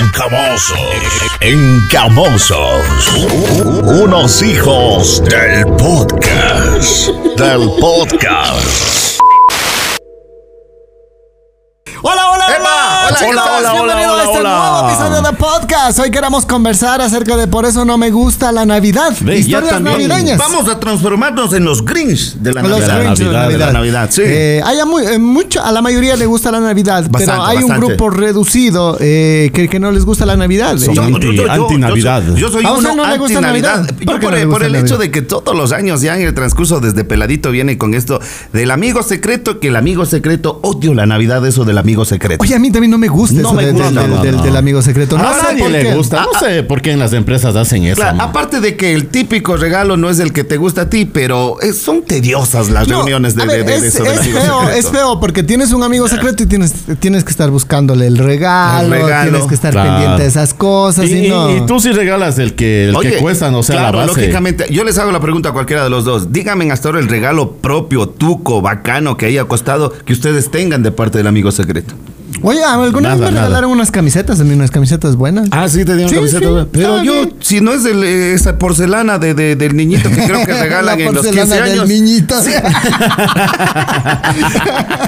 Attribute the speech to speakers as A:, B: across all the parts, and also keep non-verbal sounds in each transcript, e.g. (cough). A: Encamosos. Encamosos. Unos hijos del podcast. Del podcast.
B: Hola, hola,
C: Emma,
B: hola,
C: hola, hola,
B: chicos.
C: hola,
B: Bienvenido
C: hola,
B: a este
C: hola.
B: nuevo episodio de podcast. Hoy queremos conversar acerca de por eso no me gusta la Navidad.
C: Ve, ya
B: Historias
C: también.
B: navideñas.
C: Vamos a transformarnos en los Grinch de la
B: Los
C: Navidad.
B: Grinch de la
C: De la
B: Navidad.
C: Navidad, sí.
B: Eh, hay a, muy- eh, mucho, a la mayoría le gusta la Navidad, pero
C: Bastante,
B: hay un
C: bastante.
B: grupo reducido eh, que, que no les gusta la Navidad.
C: Yo-
B: Eh,
C: yo-
D: anti-
C: yo- yo-
D: antinavidad.
C: Yo, soy- yo soy
B: ¿A usted
C: uno
B: no le gusta
C: antinavidad.
B: Navidad?
C: Yo
B: ¿Por
C: por,
B: qué no le
C: el- por
B: gusta
C: el
B: Navidad?
C: hecho de que todos los años ya en el transcurso desde peladito viene con esto del amigo secreto, que el amigo secreto odio la Navidad, eso del amigo secreto.
B: Oye, a mí también no me gusta
C: No
B: eso
C: me
B: de-
C: gusta,
B: del, del-
C: no,
B: del-
D: no.
B: del amigo secreto. No
D: a
B: sé
D: Ah, nadie
B: por qué.
D: le gusta. No sé por qué en las empresas hacen eso.
C: Claro,
D: man.
C: Ah, aparte de que el típico regalo no es el que te gusta a ti, pero eh, son tediosas las
B: No,
C: reuniones de,
B: a ver,
C: de- de-
B: es,
C: de eso del
B: es
C: amigo
B: feo,
C: secreto.
B: es feo porque tienes un amigo secreto y tienes, tienes que estar buscándole el regalo,
C: El regalo.
B: tienes que estar
D: Claro.
B: pendiente de esas cosas.
D: Y,
B: Y,
D: y-
B: no.
D: y tú sí regalas el que, el que cuesta, no sea
C: claro,
D: la base.
C: lógicamente. Yo les hago la pregunta a cualquiera de los dos. Díganme hasta ahora el regalo propio, tuco, bacano que haya costado que ustedes tengan de parte del amigo secreto.
B: Oye, alguna vez
D: Nada,
B: me
D: nada.
B: regalaron unas camisetas, a mí unas camisetas buenas.
D: Ah, sí, te dieron
B: Sí,
D: camiseta.
B: sí.
C: Pero
B: Ah, (laughs)
C: yo,
B: bien.
C: si no es el, eh, esa porcelana de, de- del niñito que creo que regalan en los 15
B: porcelana del
C: años.
B: niñito. (laughs)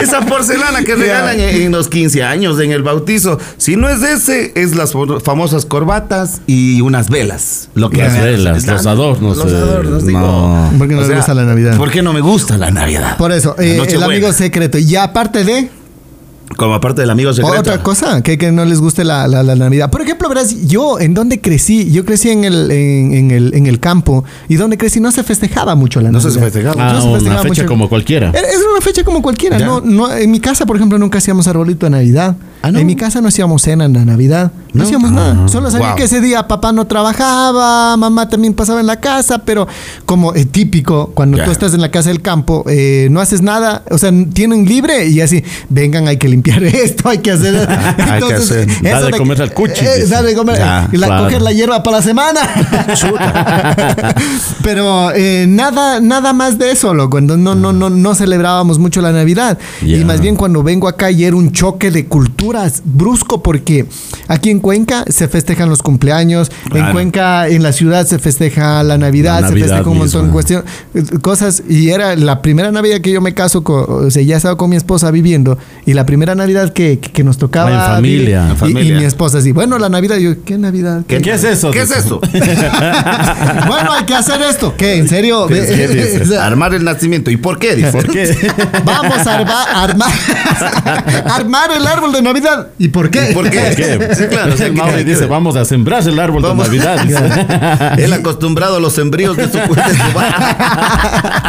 C: Esa porcelana que regalan en, en los 15 años, en el bautizo. Si no es ese, es las fo- famosas corbatas y unas velas. Lo que
D: Las
C: regalan.
D: velas, los adornos,
C: Los
D: eh,
C: adornos, digo.
D: no.
B: ¿Por qué no
C: O
B: le
C: sea,
B: gusta la Navidad?
C: ¿Por qué no me gusta la Navidad?
B: (laughs) Por eso,
C: La
B: eh, el
C: Nochebuena.
B: amigo secreto. Y aparte de
C: Como aparte del amigo secreto.
B: otra cosa, que, que no les guste la, la- la Navidad. Por ejemplo, verás, yo en dónde crecí, yo crecí en el, en, en el, en el campo. Y donde crecí no se festejaba mucho la
C: No
B: Navidad.
C: se festejaba.
D: Ah,
B: No se
D: una
B: festejaba
D: fecha como cualquiera.
B: Era- Es una fecha como cualquiera.
C: Ya.
B: No, no, en mi casa, por ejemplo, nunca hacíamos arbolito de Navidad.
C: Ah, ¿no?
B: En mi casa no hacíamos cena en la Navidad. No,
C: No. Ah,
B: hacíamos nada. Solo sabía
C: Wow.
B: que ese día papá no trabajaba, mamá también pasaba en la casa, pero como es típico, cuando
C: Ya.
B: tú estás en la casa del campo, eh, no haces nada, o sea, tienen libre y así, vengan, hay que limpiar (laughs) esto, hay que
C: (laughs)
B: hacer.
C: que hacer.
B: eso
D: Dale
B: de-
D: comer al cuchi,
B: eh,
D: dice.
B: dale comer.
C: Ya,
B: y la,
D: claro.
B: coger la hierba para la
D: (laughs)
B: semana. (laughs) Pero eh, nada, nada más de eso, loco. No, no, no, no, no celebrábamos mucho la Navidad.
D: Ya.
B: Y más bien cuando vengo acá y era un choque de culturas brusco porque aquí en Cuenca se festejan los cumpleaños, en
C: Claro.
B: Cuenca, en la ciudad se festeja la Navidad,
D: La
B: se festeja un montón
D: Navidad
B: de
D: misma.
B: cuestión- eh, cosas. Y era la primera Navidad que yo me caso, con, o sea, ya estaba con mi esposa viviendo y la primera Navidad que, que- que nos tocaba.
D: En familia.
B: vivir.
D: En
B: Y- Y,
C: familia.
B: mi esposa así, bueno, la Navidad, yo, ¿qué Navidad?
D: ¿Qué, es eso?
C: ¿Qué es
D: (laughs)
C: eso?
B: (laughs) bueno, hay que hacer esto. ¿Qué? ¿En serio?
C: (laughs)
D: ¿Qué- qué dices?
B: O sea,
C: Armar el nacimiento. ¿Y por qué? Dice.
D: ¿Por qué?
B: (laughs) Vamos a arma- (laughs) armar, armar el árbol de Navidad. ¿Y por qué?
C: ¿Y por qué?
D: ¿Por qué?
C: Sí, claro. o sea,
D: El
C: ¿qué
D: Mauri
C: tiene que
D: dice,
C: ver?
D: vamos a sembrar el árbol
C: Vamos.
A: (laughs)
D: de Navidad.
C: (laughs) Él acostumbrado a los sembríos de su, de su barrio.
B: (laughs)
C: (laughs)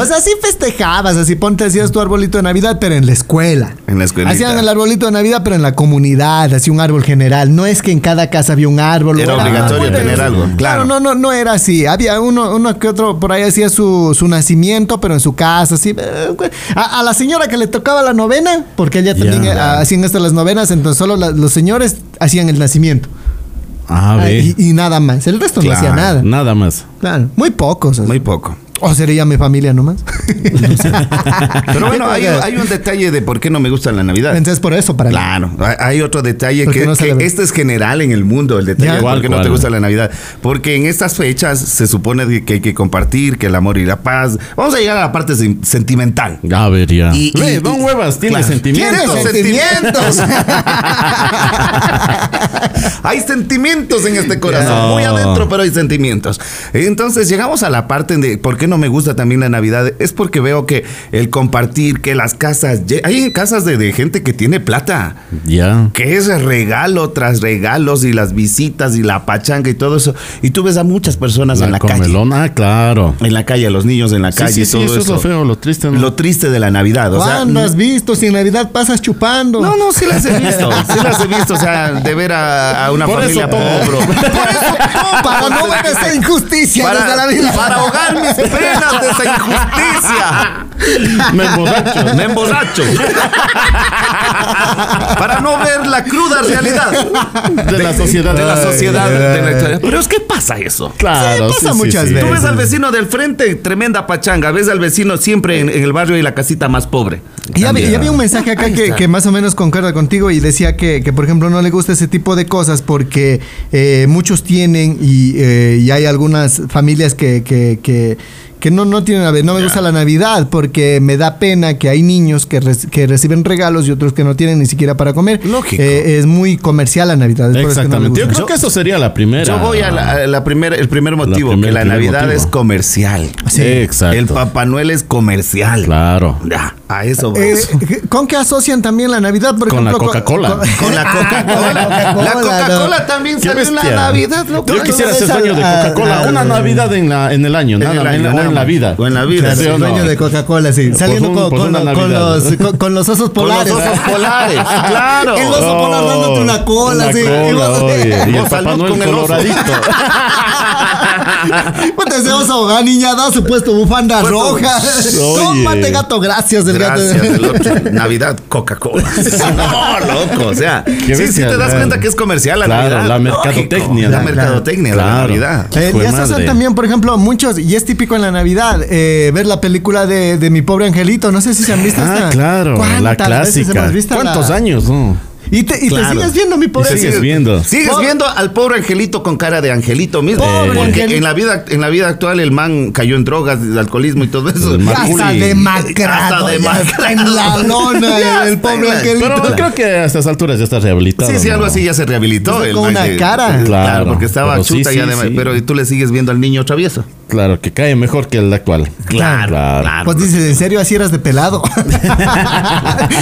B: O sea, sí festejabas, así ponte, hacías tu arbolito de Navidad, pero en la escuela.
C: En la escuelita.
B: Hacían el arbolito de Navidad, pero en la comunidad, así un árbol general. No es que en cada casa había un árbol.
C: Era
B: o
C: obligatorio
B: bueno,
C: tener
B: sí.
C: algo,
B: Claro,
C: claro.
B: no, no, no era así. Había uno, uno que otro por ahí hacía su, su nacimiento, pero en su casa, así. eh, A, a la señora que le tocaba la novena, porque ella también
D: Ya.
B: eh, hacían estas las novenas, entonces solo la- los señores hacían el nacimiento.
D: Ah,
B: Ah,
D: ve.
B: y, y nada más. El resto
C: Claro.
B: no hacía nada.
D: Nada más.
B: Claro. Muy pocos. así.
C: Muy poco.
B: O sería mi familia
C: (laughs)
B: nomás.
C: Pero bueno, hay, hay un detalle de por qué no me gusta la Navidad.
B: Entonces por eso para mí.
C: Claro, hay- hay otro detalle
B: Porque
C: que,
B: no
C: que
B: celebra.
C: este es general en el mundo, el detalle
B: Ya.
C: de por
D: ¿Cuál,
C: qué no te
D: cuál?
C: gusta la Navidad. Porque en estas fechas se supone de que hay que compartir, que el amor y la paz. Vamos a llegar a la parte sen- sentimental.
D: A ver, ya.
C: Y-
D: Ve,
C: y-
D: don
C: y-
D: Huevas, tiene
C: claro.
D: sentimientos.
C: Tiene (laughs) sentimientos. hay sentimientos en este corazón,
D: No.
C: muy adentro, pero hay sentimientos. Entonces llegamos a la parte de por qué no me gusta también la Navidad. Es porque veo que el compartir, que las casas, lle- hay casas de, de gente que tiene plata.
D: Ya.
C: Que es regalo tras regalos y las visitas y la pachanga y todo eso. Y tú ves a muchas personas en la calle.
D: comelona, ah, claro.
C: En la calle, a los niños en la
D: Sí,
C: calle
D: sí,
C: y
D: sí,
C: todo
D: eso es lo feo, lo triste. ¿no?
C: (laughs) Lo triste de la Navidad. O sea,
B: ¿Cuándo has visto? Si en Navidad pasas chupando.
C: no, no, sí las he visto. Sí las he visto. O sea, de ver a, a una
D: Por eso
C: familia
D: tomo. (laughs)
C: pobre. Por eso tomo,
B: Para no ver esa injusticia desde la
C: Para,
B: vida.
C: para ahogar mis penas de esa injusticia.
D: Me emborracho. (laughs)
C: Me emborracho. Para no ver la cruda realidad
D: De la sociedad.
C: De la
D: Ay,
C: sociedad.
D: ay.
C: de la historia. Pero es que pasa eso.
D: Claro.
B: Sí, pasa muchas
C: Tú
B: veces.
C: ves al vecino del frente, tremenda pachanga. Ves al vecino siempre en, en el barrio y la casita más pobre.
B: Y había,
C: También.
B: y había un mensaje acá que, que más o menos concuerda contigo y decía que, que, por ejemplo, no le gusta ese tipo de cosas porque eh, muchos tienen y, eh, y hay algunas familias que, que, que- que no, no tienen Navidad. No me gusta la Navidad porque me da pena que hay niños que, res- que reciben regalos y otros que no tienen ni siquiera para comer.
C: Lógico.
B: Eh, es muy comercial la Navidad. es por eso que no le
D: Exactamente. Yo
B: gusta.
D: creo que eso sería la primera.
C: Yo voy a la, a la primera, el primer motivo,
D: primer-
C: que la
D: primer
C: Navidad
D: motivo.
C: es comercial.
D: Sí. Exacto.
C: El Papá Noel es comercial.
D: Claro.
C: Ya, a eso
B: Eh,
C: vamos.
B: ¿Con qué asocian también la Navidad? Por
D: Con la
B: ejemplo,
D: Coca-Cola.
B: (laughs)
C: con la
B: Con la
C: Coca-Cola.
D: (laughs)
B: Coca-Cola,
C: La Coca-Cola
B: no.
C: también
D: Qué
C: salió en la
D: bestia.
C: Navidad, loco.
D: Yo quisiera ser
B: esa-
D: dueño de
B: ah,
D: Coca-Cola.
B: ah,
D: Una
B: ah,
D: Navidad en, la, en el año,
C: En
D: nada,
C: el
D: en,
C: año,
D: la- o en
C: nada
D: la
C: más.
D: vida.
C: O en la vida,
D: ¿Sí
C: sí, Pues
D: o no? (laughs)
B: dueño de Coca-Cola, sí. Saliendo
D: un-
B: con,
D: por
B: con
D: una
B: lo- con
D: Navidad.
B: los, con- con los osos
C: Con los
B: polares.
C: osos
B: (laughs)
C: polares, claro. Oh,
B: El oso polar dándote una cola, sí. Y vos-
C: (laughs)
B: (laughs)
D: oye. Y el
C: Vos
D: Papá
C: salud
D: Noel
C: con el oso. (laughs)
D: coloradito.
B: Puta, ese oso ahogar, niña, da su puesto bufanda
C: Puesto-
B: roja.
D: Oye.
B: Tómate, gato, gracias del
D: (laughs)
C: Gracias,
B: gato.
C: el otro. Navidad, Coca-Cola. No, loco, o sea. Sí, sí,
D: bestia,
C: te das
D: claro.
C: cuenta que es comercial la
D: Claro,
C: Navidad.
D: la mercadotecnia,
C: La
D: ¿no?
C: mercadotecnia, la
D: Claro.
C: Navidad.
D: Hijo
B: Eh,
D: de
B: y eso
D: madre.
B: son también, por ejemplo, muchos, y es típico en la Navidad, eh, ver la película de, de Mi Pobre Angelito. No sé si se han visto
D: Ah,
B: esta.
D: claro. La
B: ¿Cuántas veces
D: clásica.
B: hemos visto la-
D: ¿Cuántos años? no?
B: Y te, y te
C: Claro.
B: sigues viendo Mi Pobre
D: Y te sigues
B: Angelito. Pues,
D: viendo.
C: Sigues
B: Pobre-
C: viendo al pobre angelito con cara de angelito mismo.
B: Pobre
C: porque
B: angelito.
C: en la vida en la vida actual el man cayó en drogas, alcoholismo y todo eso.
D: El man-
B: Hasta
D: Juli.
B: demacrado. ya
C: Hasta demacrado.
B: está En la lona,
C: (laughs) Ya
B: el
C: está,
B: pobre
C: claro.
B: angelito.
D: Pero creo que a estas alturas ya estás rehabilitado.
C: Sí, sí,
D: ¿no?
C: algo
D: Ah,
C: así ya se rehabilitó.
B: Está
C: el
B: con
C: man
B: una
C: de-
B: cara.
C: Claro,
D: Claro,
C: porque estaba
D: pero sí,
C: chuta y
D: sí,
C: además.
D: sí.
C: Pero tú le sigues viendo al niño travieso.
D: Claro, que cae mejor que el actual.
B: Pues dices, ¿en serio así eras de
D: (laughs)
B: pelado?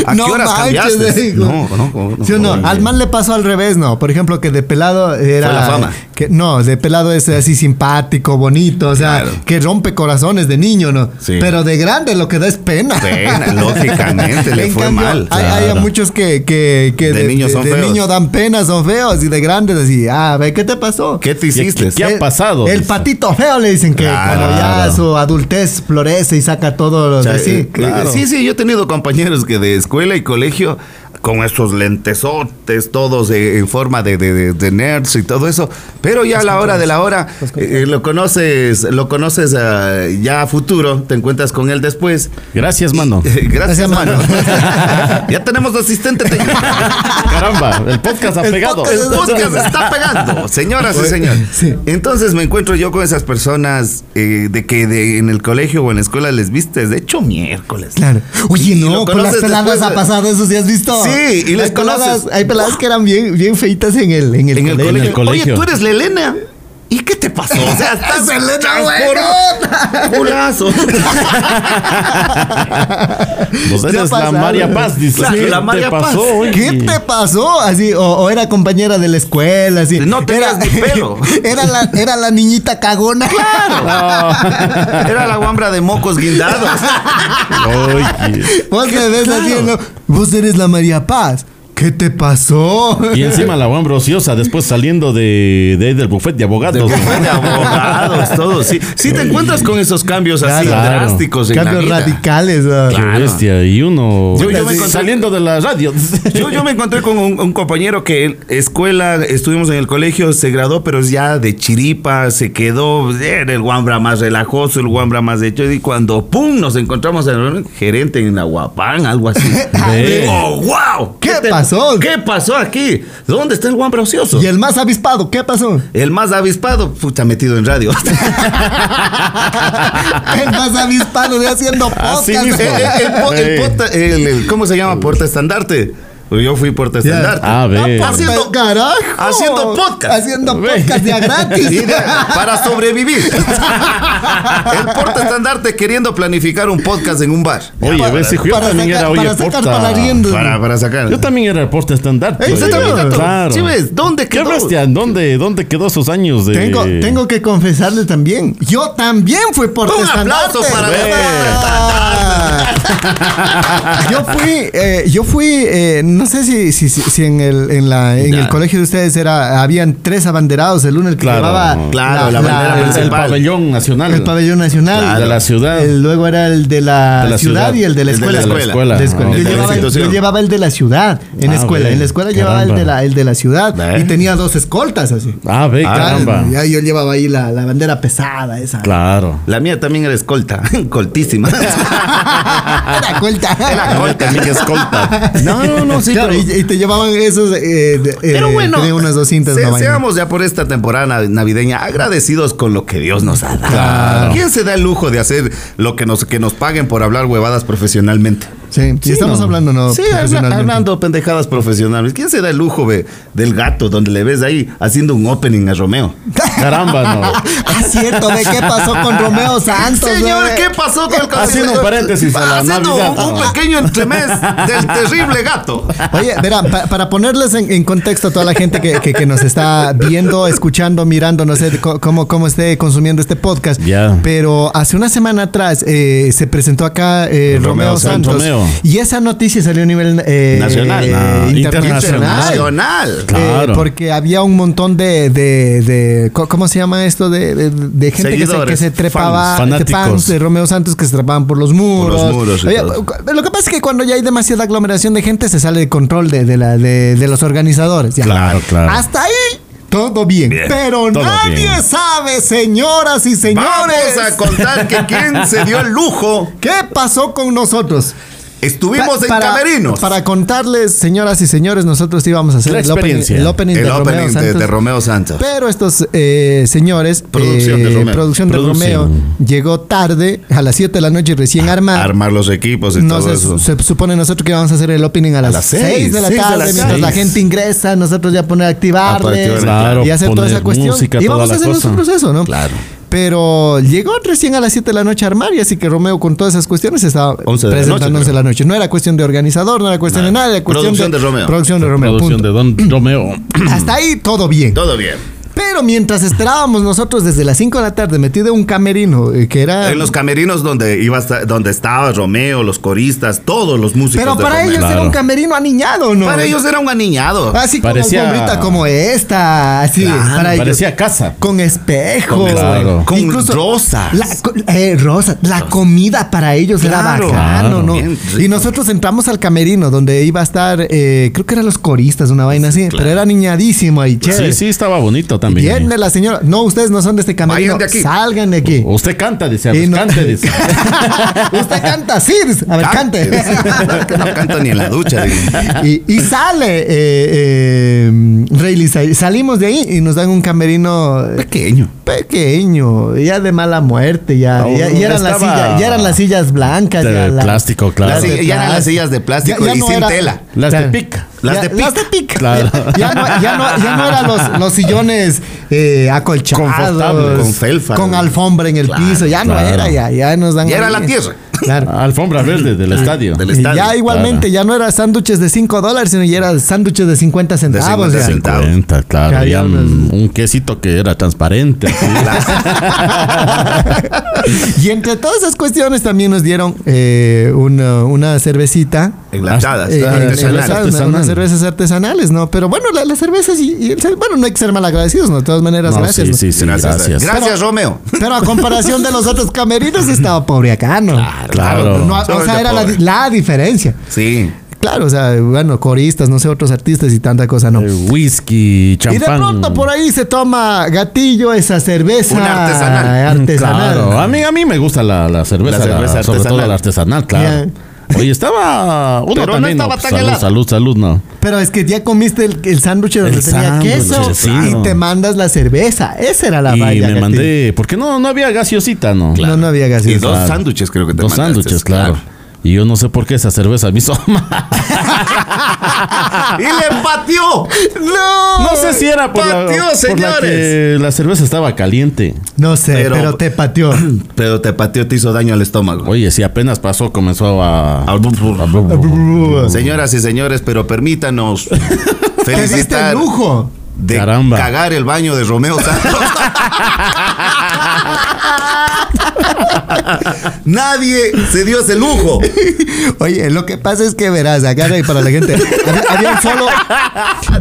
C: ¿A qué horas cambiaste?
B: digo.
C: No, no, no, eh,
B: ¿Sí o no?
C: oye.
B: Al man le pasó al revés, ¿no? Por ejemplo, que de pelado era...
C: Fue la fama.
B: Que, no, de pelado es así simpático, bonito, o sea,
C: Claro.
B: que rompe corazones de niño, ¿no?
C: Sí.
B: Pero de grande lo que da es pena. (laughs)
C: Pena, lógicamente, le
B: En
C: fue
B: cambio,
C: mal.
B: Hay, hay a
D: Claro.
B: muchos que, que, que
C: De niños son feos.
B: niño dan pena, son feos, y de grandes así, ah, ve, ¿qué te pasó?
C: ¿Qué te hiciste?
D: ¿Qué ha
B: El-
D: pasado?
B: El
D: Dice.
B: patito feo le dicen que
C: Claro.
B: cuando ya su adultez florece y saca todo lo
C: O sea,
B: de
C: eh,
B: sí.
C: eh, Sí, sí, yo he tenido compañeros que de escuela y colegio con esos lentesotes todos eh, en forma de, de- de- de nerds y todo eso, pero ya a la hora de la hora eh, eh, lo conoces, lo conoces ah, ya a futuro, te encuentras con él después. (laughs)
D: Gracias, mano.
C: Gracias,
B: Gracias,
C: mano.
B: mano.
C: (laughs) ya tenemos asistente técnico.
D: Caramba, el podcast ha
B: El
D: pegado.
B: podcast
C: El podcast está
B: (laughs)
C: pegando, señoras y señores.
B: Oh. Sí.
C: Entonces me encuentro yo con esas personas eh, de que de- en el colegio o en la escuela les viste, de hecho, miércoles.
B: Claro. Oye,
C: Y lo
B: no, con las
C: conoces
B: peladas
C: después de-
B: ha pasado eso, ¿sí has visto?
C: Sí, y les
B: Hay peladas-
C: conoces.
B: Hay peladas que eran bien, bien feitas en el, en el,
C: en el
B: colegio.
C: colegio.
D: el colegio.
C: Oye, tú eres la Elena. ¿Y qué te pasó? O
B: (laughs)
C: sea, estás
B: Elena,
C: transform-
B: (laughs)
C: culazo.
D: Vos
B: Ya
D: Pues eres la
B: pasaron.
D: María Paz, dice.
C: Claro,
D: ¿Qué
C: la
D: te
C: María Paz.
D: pasó, oye?
B: ¿Qué te pasó? Así, o, o era compañera de la escuela, así.
C: No tenías
B: Era-
C: ni pelo.
B: (laughs) Era la, era la niñita cagona.
C: Era la guambra de mocos guindados.
D: Oye.
B: Vos me ves haciendo. Vos eres la María Paz. ¿Qué te pasó?
D: Y encima la Juan Brociosa, después saliendo de, de ahí del buffet de abogados. ¿no?
C: Fue de abogados, todo. Sí, sí te encuentras con esos cambios así
D: Claro.
C: drásticos en la
B: Cambios
C: vida.
B: radicales. ah. ¿no?
D: (laughs) Qué
C: Claro.
D: bestia. Y uno
C: Yo- yo me encontré-
D: saliendo de la radio.
C: Yo, yo me encontré con un, un compañero que en escuela, estuvimos en el colegio, se graduó, pero ya de chiripa, se quedó, era el guambra más relajoso, el guambra más de hecho, y cuando ¡pum! nos encontramos en el gerente en Aguapán,
B: (laughs)
C: algo así.
D: Ve.
C: ¡Oh, wow!
B: ¿Qué pasó?
C: ¿Qué pasó aquí? ¿Dónde está el guambra ocioso?
B: Y el más avispado, ¿qué
C: (laughs)
B: pasó?
C: El más avispado, puta, metido
B: (laughs)
C: en radio.
B: El más avispado de haciendo podcast.
D: Así
B: (laughs)
D: mismo.
C: el, el po- el porta- el- el- ¿Cómo se llama? Porta estandarte. Yo fui porta
B: Ya.
C: estandarte.
D: A ver.
C: Haciendo-
B: carajo.
C: haciendo podcast.
B: Haciendo
D: Ve.
B: podcast ya gratis.
C: (laughs) Y de- para sobrevivir. El porta estandarte queriendo planificar un podcast en un bar.
D: (laughs) Oye, a
C: Para-
D: ver si yo
B: para
D: también
B: sacar-
D: era oye
B: para sacar
D: porta.
B: para riendo.
C: Para, para sacar.
D: Yo también era porta estandarte.
B: Ey,
D: oye.
B: usted también, Tato.
D: Claro.
C: Eh, ¿Sí ves? ¿Dónde
D: ¿Qué
C: quedó?
D: bestia? ¿Dónde, ¿Dónde quedó esos años de.?
B: Tengo, tengo que confesarle también. Yo también fui por
C: Un aplauso para la
D: Ve.
B: Yo fui, eh, yo fui, eh, no, no sé si, si, si- si en, el, en, la, en
C: Ya.
B: el colegio de ustedes era habían tres abanderados, el uno el que
D: Claro,
B: llevaba
C: claro, la bandera
D: El- el,
C: principal.
D: pabellón nacional.
B: el pabellón nacional.
D: Claro, de la ciudad.
B: El- luego era el de la,
D: De la
B: ciudad,
D: ciudad.
B: y el de la
C: El de
B: escuela.
C: la escuela.
B: El de la escuela.
D: Ah,
B: Yo,
C: de la
B: llevaba, el-
C: institución.
B: yo llevaba el de la ciudad en
D: Ah,
B: escuela.
D: ve,
B: En la escuela llevaba el
D: caramba.
B: de la, el de la ciudad
C: Ve.
B: y tenía dos escoltas así.
D: Ah, ve,
C: Ah,
D: caramba.
B: Ya yo llevaba ahí la, la bandera pesada esa.
D: Claro.
C: La mía también era escolta, (laughs) coltísima.
B: (laughs) Era escolta. (laughs)
C: Era colta. No, no, no, sí,
B: Claro,
C: pero-
B: y, y te llevaban esos. eh, de-
C: Pero
B: eh,
C: bueno,
B: tenía unas dos cintas.
C: se-
B: una vaina.
C: seamos ya por esta temporada nav- navideña agradecidos con lo que Dios nos ha dado. ¿Quién se da el lujo de hacer lo que nos, que nos paguen por hablar huevadas profesionalmente?
B: Sí, y estamos
D: no.
B: hablando, ¿no?
C: sí, habla-
B: profesionalmente.
C: hablando pendejadas profesionales. ¿Quién se da el lujo ve, del gato donde le ves ahí haciendo un opening a Romeo?
D: Caramba, no.
B: Ah, cierto, ¿de qué pasó con Romeo
C: (laughs)
B: Santos?
C: Señor,
B: güey?
C: ¿qué pasó con el gato?
D: Haciendo un paréntesis a la
C: Haciendo un-
D: Navidad.
C: un, pequeño entremés del terrible gato.
B: Oye, verán, pa- para ponerles en, en contexto a toda la gente que, que- que nos está viendo, escuchando, mirando, no sé co- cómo, cómo esté consumiendo este podcast.
D: Ya.
B: Pero hace una semana atrás eh, se presentó acá eh,
C: Romeo
B: Romeo,
D: Santos.
B: Santos.
D: Romeo.
B: Y esa noticia salió a nivel eh,
C: Nacional.
B: eh,
D: Ah,
B: internacional.
C: Nacional.
B: Eh,
D: Claro.
B: porque había un montón de, de, de- co- ¿cómo se llama esto? De, de- de gente que se,
C: Seguidores,
B: que se trepaba,
D: fans,
B: de
D: fanáticos.
B: fans de Romeo Santos que se trepaban por los muros.
C: muros y
B: Oye,
C: todo.
B: cu- lo que pasa es que cuando ya hay demasiada aglomeración de gente se sale de control de, de la, de, de los organizadores. ya.
D: Claro, claro.
B: Hasta ahí. Todo bien,
C: Bien,
B: pero
D: todo
B: nadie
D: bien.
B: sabe, señoras y señores,
C: Vamos a contar que quién se dio el lujo.
B: qué pasó con nosotros.
C: Estuvimos
B: Pa-
C: en Camerinos.
B: Para contarles, señoras y señores, nosotros íbamos a hacer
D: La
B: el opening,
D: experiencia.
B: el opening
C: el
B: de Romeo
C: opening de,
B: Santos.
C: de Romeo Santos.
B: Pero estos eh, señores,
C: Producción de
B: eh,
C: Romeo.
B: producción de
D: Producción.
B: Romeo, llegó tarde, a las 7 de la noche, recién armada.
C: Armar los equipos Ah, y
B: No
C: todo
B: se,
C: eso.
B: se supone nosotros que vamos a hacer el opening a las,
C: las
B: 6,
C: seis,
B: de la
C: seis de
B: tarde,
C: las
B: mientras la
C: seis.
B: gente ingresa, nosotros ya poner a activarle
C: Aparte,
D: claro,
B: y hacer toda
D: poner
B: esa cuestión.
D: música,
B: y
D: toda
B: vamos
D: la
B: a hacer
D: cosa.
B: nosotros eso, ¿no?
C: Claro.
B: Pero llegó recién a las 7 de la noche a armar y así que Romeo con todas esas cuestiones estaba
C: 11 de la
B: presentando
C: noche,
B: 11 de la noche. No era cuestión de organizador, no era cuestión de
C: Nada.
B: nada, era cuestión
C: Producción de Romeo.
B: Producción de Romeo.
D: Producción de
B: Mm.
D: Don Romeo.
B: punto. Hasta ahí todo bien.
C: Todo bien.
B: Pero mientras esperábamos nosotros desde las 5 de la tarde metido en un camerino eh, que era...
C: En los camerinos donde iba a estar- donde estaba Romeo, los coristas, todos los músicos.
B: Pero
C: de
B: para
C: Romeo.
B: ellos era
D: Claro.
B: un camerino aniñado, ¿no?
C: para ellos era un aniñado.
B: Así como
D: Parecía-
B: alfombrita como esta, así
C: Claro,
B: para ellos.
D: Parecía casa.
B: Con espejo.
C: Con-
D: Claro.
C: con rosas.
B: La, co- eh, rosas. La comida para ellos
C: Claro.
B: era bacano,
D: Claro.
B: ¿no?
C: Bien rico.
B: Y nosotros entramos al camerino donde iba a estar, eh, creo que eran los coristas, una vaina así, pero era niñadísimo ahí, chévere.
D: Sí, sí, estaba bonito también.
B: Viene la señora. No, ustedes no son de este camerino.
C: Vayan de aquí.
B: Salgan de aquí.
D: Usted canta, decía. pues,
B: Y no- (laughs)
D: Cante, decía.
B: Usted canta, Sirs. A ver, cante.
C: (laughs) Que no canta ni en la ducha. digo.
B: (laughs) Y, y sale eh, eh, Rey Lisa. Salimos de ahí y nos dan un camerino eh,
C: Pequeño.
B: pequeño, ya de mala muerte, ya,
D: No,
B: ya, ya eran, las
D: estaba-
B: sillas, ya eran las sillas blancas.
D: De
B: ya la-
D: plástico, claro.
C: Las sillas- ya eran las sillas de plástico y sin tela.
D: Las de pica.
C: Las
B: Ya-
C: de pic.
B: pic.
D: Claro.
B: (laughs) Ya, no, ya, no, ya no eran los, los sillones eh, acolchados.
D: Confortables,
C: con felpa.
B: Con alfombra en el
C: Claro,
B: piso. Ya no
D: claro.
B: era, ya, ya nos dan.
C: Ya era
B: ahí.
C: la tierra.
B: Claro.
D: Alfombra verde
B: Ah,
D: del estadio.
C: Del
B: Y
C: estadio.
B: ya igualmente, ya no era sándwiches de 5 dólares, sino ya era sándwiches de 50 centavos.
C: 50
B: ya.
C: centavos. Claro.
D: 50, claro.
B: Había
D: había un,
B: unas-
D: un quesito que era transparente.
B: (laughs)
D: así.
B: y entre todas esas cuestiones también nos dieron eh, una, una cervecita.
C: Enlachadas.
B: eh, en- en
D: artesanal,
B: los- una-
D: artesanal.
B: unas cervezas artesanales, ¿no? Pero bueno, la- las cervezas y, y el- bueno, no hay que ser mal agradecidos, ¿no? De todas maneras,
D: No,
B: gracias.
D: sí,
B: ¿no?
D: sí, sí, gracias.
C: Gracias, Romeo.
B: Pero a comparación de los otros
D: (laughs)
B: camerinos, estaba pobre acá, ¿no?
D: claro.
B: No, o
C: Sobre
B: sea, era la,
C: pobre.
B: la diferencia.
C: Sí.
B: Claro, o sea, bueno, coristas, no sé, otros artistas y tanta cosa, ¿no?
D: Eh, Whisky,
B: Y
D: champán.
B: de pronto por ahí se toma gatillo esa cerveza Ah,
C: Una artesanal.
B: artesanal.
D: Claro, ah. a mí, a mí me gusta la, la cerveza,
C: La cerveza
D: la- sobre
C: artesanal.
D: todo la artesanal, claro. Oye, estaba uno
C: Pero no
D: también.
C: estaba
D: pues,
C: tan
D: salud,
C: helada.
D: salud, salud, no.
B: Pero es que ya comiste el, el sándwich donde
D: El
B: tenía
D: sándwich,
B: queso
D: sí,
B: y
D: no.
B: te mandas la cerveza. Esa era la
D: y
B: valla.
D: me
B: Gatillo.
D: mandé, porque no, no había gaseosita, ¿no?
B: No, no había
C: Y
B: gaseosa.
C: dos sándwiches creo que te
D: Dos
C: mandaste,
D: sándwiches, claro. Y yo no sé por qué esa cerveza me hizo (laughs) mal.
C: ¡Y le pateó!
B: No,
D: No sé si era por, la,
C: Pateó,
D: por la
C: señores.
D: que la cerveza estaba caliente.
B: no sé, pero,
C: Pero-
B: te
C: (clears throat)
B: pateó.
C: Pero te pateó, te hizo daño al estómago.
D: Oye, si apenas pasó, comenzó a...
C: (laughs) Señoras y señores, pero permítanos
B: Te diste el
C: felicitar
B: lujo.
C: de
D: Caramba.
C: cagar el baño de Romeo Santos. Nadie se dio ese lujo.
B: Oye, lo que pasa es que verás, agarra y para la gente. Había, había un solo.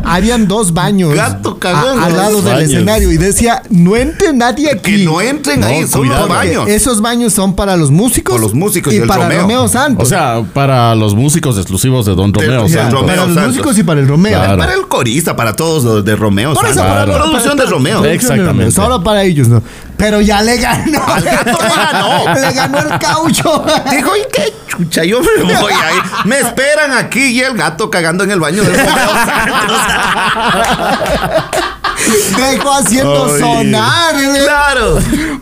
B: Habían dos baños.
C: Gato cagón,
B: a- Al
C: los
B: lado del
D: baños.
B: escenario. Y decía, no entre nadie aquí.
C: Que no entren
D: No,
C: ahí, son
D: cuidado.
C: los baños.
B: Esos baños son para los músicos.
C: Para los músicos
B: y,
C: y el
B: para
C: Romeo.
B: Santos.
D: O sea, para los músicos exclusivos de Don Romeo.
C: del
D: Santos.
C: Romeo
B: para los
C: Santos.
B: músicos y para el Romeo.
D: Claro.
C: Para el corista, para todos los de Romeo.
B: Por eso,
C: Santos.
B: para-
C: la
B: para-
C: producción
B: para-
C: de Romeo.
D: para- Exactamente.
B: Solo para ellos, ¿no? Pero ya le ganó.
C: gato le ganó.
B: (laughs) Le ganó el caucho.
C: Dijo, ¿y qué chucha? Yo me voy ahí. Me esperan aquí y el gato cagando en el baño del Romeo Santos.
B: Dejó haciendo
D: Oye.
B: sonar el
C: Claro.
B: ese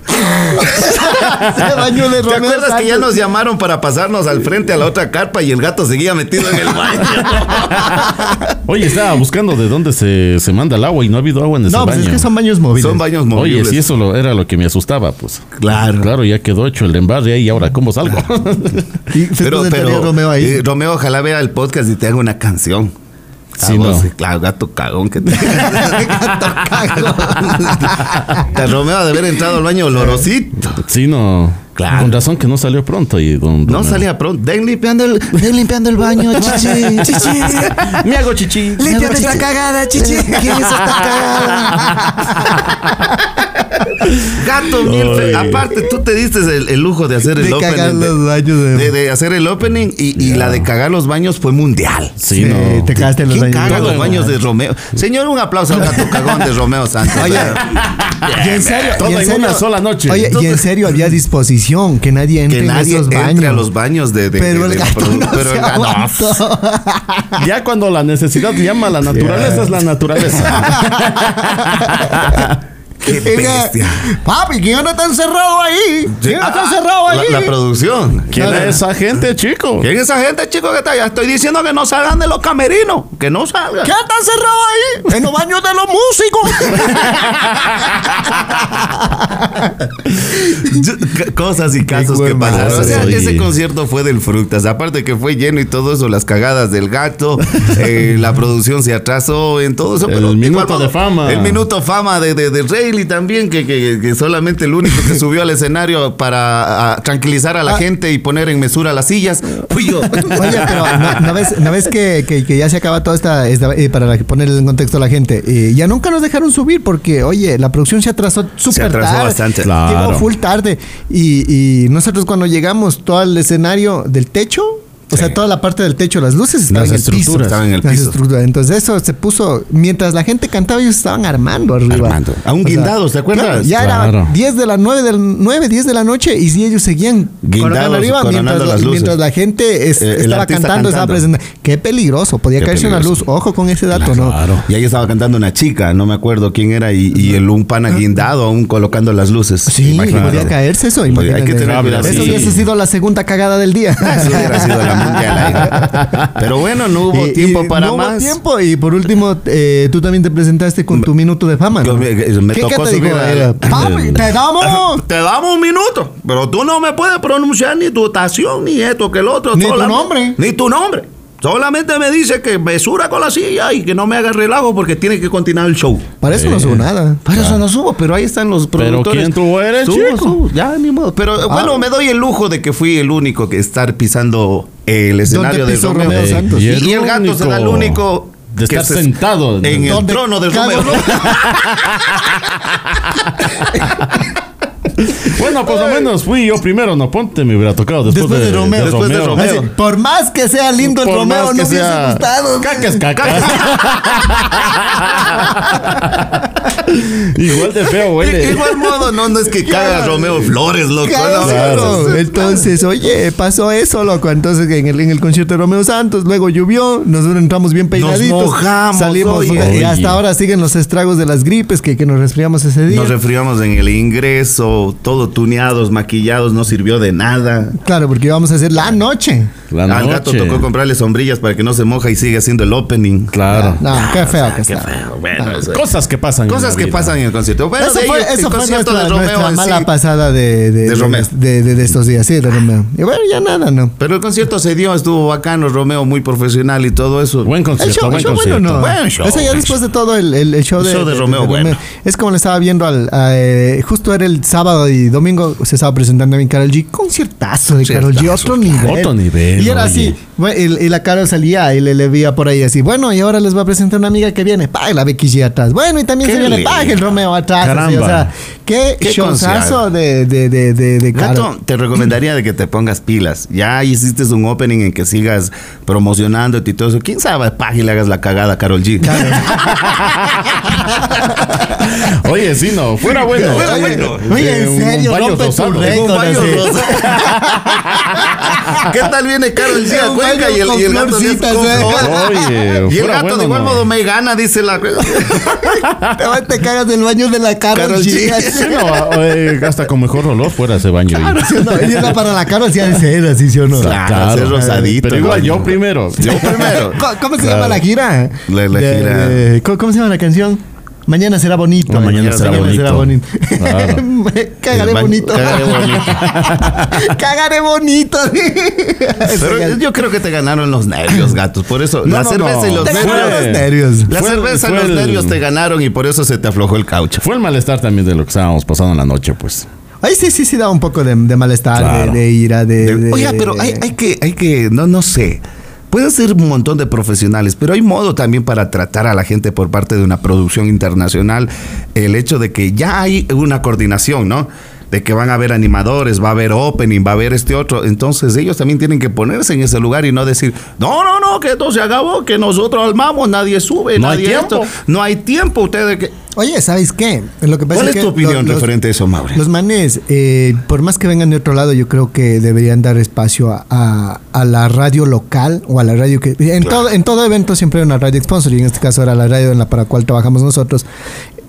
B: baño de
C: ¿Te
B: Romeo
C: acuerdas que ya
B: Santos.
C: nos llamaron para pasarnos al frente a la otra carpa y el gato seguía metido en el baño?
D: Oye, estaba buscando de dónde se, se manda el agua y no ha habido agua en ese
B: No, pues
D: baño.
B: es que son baños móviles.
C: Son baños
D: Oye,
C: movibles.
D: si eso lo- era lo que me asustaba, pues.
C: Claro.
D: Claro, ya quedó hecho el embarre ahí, ahora ¿cómo
C: (laughs)
D: salgo?
B: Y se
C: Pero,
B: presentaría
C: pero
B: Romeo ahí. (laughs)
C: eh, Romeo, ojalá vea el podcast y te haga una canción.
D: Sí,
C: A vos,
D: no.
C: Claro, gato cagón que te. (laughs) Te (laughs) Romeo ha de haber entrado al baño olorosito.
D: sí, no.
C: Claro.
D: Con razón que no salió pronto y don
C: No
D: Romeo.
C: salía pronto. Den limpiando el, den limpiando el baño, chichi.
B: (laughs)
C: chichi.
D: Me hago chichi.
B: Limpia nuestra cagada, chichi. ¿Quién es esta cagada?
C: Gato, mil fe- Aparte, tú te diste el, el lujo de hacer el
B: De
C: opening.
B: cagar
C: de-
B: los baños de.
C: de, de hacer el opening y, y la de cagar los baños fue mundial.
D: Sí,
B: Sí,
D: no.
B: Te cagaste en los
C: ¿Quién
B: baños.
C: caga los
D: Todo,
C: baños de Romeo? Señor, un aplauso al gato cagón de Romeo Santos.
B: Oye, y en serio,
D: Todo
B: y
D: en
B: serio-
D: una sola noche.
B: Oye, y en serio había disposición que nadie entre
C: que nadie
B: en esos
C: entre
B: baños.
C: a los baños de. de-
B: pero
C: de-
B: el
C: de-
B: gato no
C: pero
B: se
C: el gato-
B: aguantó.
D: Ya cuando la necesidad llama a la naturaleza, es la
C: (laughs)
D: naturaleza.
C: (laughs) Qué bestia.
B: Papi, ¿quién anda tan cerrado ahí? ¿Quién
C: Ah,
B: anda tan cerrado ahí?
C: La, la producción.
D: ¿Quién
B: Claro.
D: es esa gente, chico?
C: ¿Quién es esa gente, chicos, que está allá? Estoy diciendo que no salgan de los camerinos. Que no salgan.
B: ¿Quién anda tan cerrado ahí? En los baños de los músicos.
C: Yo- c- Cosas y casos
B: buen
C: que pasaron. O sea,
D: maestro,
C: ese
D: oye.
C: concierto fue del Fructas. Aparte que fue lleno y todo eso, las cagadas del (laughs) gato, eh, la producción se atrasó en todo eso.
D: El
C: de
D: minuto
C: igual modo,
D: de fama.
C: El minuto fama de, de, de Rayleigh también, que, que- que solamente el único (laughs) que subió al escenario para a, tranquilizar a la gente y poner en mesura las sillas fui (laughs) yo.
B: Oye, pero ¿no, no ves, no ves que, que- que ya se acaba toda esta, esta- eh, para la- ponerle en contexto a la gente? eh, ya nunca nos dejaron subir porque, oye, la producción se atrasó súper
C: atrasó
B: tarde.
C: bastante.
D: Claro.
B: Llegó full tarde. Y, y nosotros cuando llegamos, todo el escenario del techo, o sea, toda la parte del techo, las luces estaban
D: Las
B: en el piso.
D: estructuras.
C: Estaban en el
B: Las
C: piso.
B: estructuras. Entonces eso se puso, mientras la gente cantaba, ellos estaban armando arriba.
C: Armando. Aún
B: O sea,
C: guindados, ¿te acuerdas?
B: claro, ya
D: Claro.
B: era 10 de la 9, del 9, 10 de la noche y ellos seguían
C: Guindados,
B: coronando arriba
C: coronando
B: mientras, la-
C: las luces.
B: mientras la gente es-
C: Eh, el
B: estaba
C: artista
B: cantando, estaba
C: cantando.
B: presentando. Qué peligroso, podía
C: Qué
B: caerse una luz.
C: peligroso.
B: Ojo con ese dato, ¿no?
D: Claro.
C: Y ahí estaba cantando una chica, no me acuerdo quién era, y, y el un pana guindado aún colocando las luces.
B: Sí,
C: Imagínate.
B: podía caerse eso,
C: Hay que
B: imagínate.
C: tener cuidado,
B: Eso
C: sí.
B: hubiese sido la segunda cagada del día.
C: (laughs) Eso hubiera sido la mundial ahí. Pero bueno, no
B: (laughs)
C: hubo
B: Y-
C: tiempo
B: y
C: para
B: no hubo
C: más.
B: tiempo y por último eh, tú también te presentaste con tu minuto de fama.
C: Yo
B: ¿no?
C: me- me
B: ¿Qué, qué
C: tocó
B: te dijo?
C: subir a-
B: Era,
C: (laughs)
B: "Papi, te damos
C: Te damos un minuto, pero tú no me puedes pronunciar ni tu estación, ni esto, que el otro.
B: Ni tu
C: solamente-
B: nombre.
C: Ni tu nombre. Solamente me dice que mesura con la silla y que no me haga relajo porque tiene que continuar el show.
B: Para eso no subo nada.
C: Para eso no subo, pero ahí están los
D: Pero
C: productores.
D: ¿quién tú eres,
C: Subo,
D: chico?
C: subo, ya, ni modo. Pero bueno, me doy el lujo de que fui el único que estar pisando el escenario de
B: pisó
C: Romeo.
B: Romeo
C: Eh,
B: Santos?
C: Y,
D: Y el
C: y el gato
D: único
C: será el único...
D: de
C: que
D: estar
C: se-
D: sentado.
C: en el
B: ¿Dónde
C: trono de
B: cago
C: Romeo.
D: Bueno, por lo menos fui yo primero, no ponte, me hubiera tocado después,
B: Después de
D: de, Ah,
B: Romeo.
C: Después de Romeo.
B: Así, por más que sea lindo el
D: Por
B: Romeo,
D: más que
B: no hubiese
D: sea-
B: gustado.
D: Caca es
C: (laughs)
D: caca. Igual de feo,
C: De
D: huele.
C: igual modo, no, no es (laughs) que caga Romeo Flores, loco.
B: Claro,
C: no.
B: claro. Entonces, oye, pasó eso, loco. Entonces, en el, en el concierto de Romeo Santos, luego llovió, nosotros entramos bien peinaditos.
C: mojamos,
B: salimos
C: oye.
B: mojados, y
D: Oye.
B: hasta ahora siguen los estragos de las gripes que, que nos resfriamos ese día.
C: Nos refriamos en el ingreso, todo tuneados, maquillados, no sirvió de nada.
B: claro, porque íbamos a hacer la noche.
D: La
C: Al gato
D: noche.
C: tocó comprarle sombrillas para que no se moja y sigue haciendo el opening.
D: Claro.
B: No, qué feo que
C: Ah, Qué
B: está.
C: feo, bueno, eso-
D: Cosas que pasan. en
C: Cosas que
D: vida.
C: pasan en el concierto. Bueno,
B: eso
C: de
B: fue,
C: ellos, el
B: eso fue
C: concierto
B: nuestra,
C: de Romeo
B: nuestra
C: en sí.
B: mala pasada de, de,
C: De Romeo.
B: de- de- de estos días, sí, de Romeo. Y bueno, ya nada, ¿no?
C: Pero el concierto se dio, estuvo bacano, Romeo muy profesional y todo eso.
D: Buen
B: El
D: concierto,
B: show, el
D: buen
B: show bueno,
D: concierto.
B: no.
C: Buen show,
B: Eso ya
C: buen
B: después de todo el, el- el show,
C: El show de Romeo, bueno.
B: Es como le estaba viendo al. a, eh, justo era el sábado y domingo se estaba presentando a mi Carol G. Conciertazo de Carol G. Otro nivel.
D: Otro nivel,
B: Y era
D: oye.
B: así. bueno, Y, y la Carol salía y le, le veía por ahí así. Bueno, y ahora les va a presentar una amiga que viene. Pa, y la Becky G atrás. Bueno, y también
C: Qué
B: se viene.
C: lindo.
B: Pa, y el Romeo atrás. así, o
D: Caramba.
B: sea, qué,
C: Qué
B: showzazo
C: concierto.
B: de, de, de, de, de
C: Gato,
B: Karol.
C: te recomendaría de que te pongas pilas. Ya hiciste un opening en que sigas promocionándote y todo eso. ¿Quién sabe? Pag y le hagas la cagada a Carol G.
D: (laughs) Oye, sí,
B: (laughs)
D: no, fuera bueno.
C: Fuera bueno.
B: Oye, en
D: De un-
B: serio,
D: varios
B: rompe tu
D: rosados.
B: récord,
C: Con varios
B: así.
C: dos.
B: (laughs)
C: ¿Qué tal viene Carol G a
B: Un
C: Cuenca y el,
B: baño
C: y el
B: con
C: gato de
B: florcitas, ¿eh? (laughs)
D: Oye,
C: Y el
D: fuera
C: gato
D: bueno,
C: de igual
D: no.
C: modo me gana, dice la.
B: Te- Te cagas del baño de la Carol,
C: Karol
B: G.
C: G.
D: Sí, no, eh, hasta con mejor olor fuera ese baño. ahí.
B: (laughs) ¿Sí o no? Y era para la cara hacía de cera, ¿sí, sí o no?
C: Claro, ese es rosadito,
D: Pero igual
C: ¿no?
D: yo primero. Yo
C: (laughs) Yo (laughs) primero.
B: Co- ¿Cómo se llama la gira?
C: La- la gira.
B: ¿Cómo cómo se llama la canción? Mañana será bonito.
D: No, mañana será bonito. Claro.
B: Me (laughs) Cagaré
C: El baño-
B: bonito.
C: cagaré (laughs) bonito.
B: (laughs) Cagaré
C: (laughs)
B: bonito.
C: Pero yo creo que te ganaron los nervios, gatos. Por eso,
D: No,
C: la
D: no,
C: cerveza
D: no.
C: y los
B: Te
C: nervios.
B: ganaron los
D: Fue-
B: nervios.
C: La
D: fue-
C: cerveza y
D: fue
C: los
D: el-
C: nervios te ganaron y por eso se te aflojó el caucho.
D: Fue el malestar también de lo que estábamos pasando en la noche, pues.
B: Ahí sí, sí, sí da un poco de, de malestar,
D: Claro.
B: de, de ira, de... de-
C: Oiga, pero hay, hay que, hay que, no, no sé. Pueden ser un montón de profesionales, pero hay modo también para tratar a la gente por parte de una producción internacional. El hecho de que ya hay una coordinación, ¿no? De que van a haber animadores, va a haber opening, va a haber este otro. Entonces ellos también tienen que ponerse en ese lugar y no decir, no, no, no, que esto se acabó, que nosotros armamos, nadie sube,
D: No hay
C: nadie
D: tiempo.
C: esto. No hay tiempo, ustedes que...
B: Oye, ¿sabes qué? Lo que pasa
C: ¿Cuál es
B: que
C: tu opinión
B: lo- los-
C: referente a eso, Maure?
B: Los manes, eh, por más que vengan de otro lado, yo creo que deberían dar espacio a, a- a la radio local o a la radio que... En, todo, en todo evento siempre hay una radio sponsor y en este caso era la radio en la para la cual trabajamos nosotros.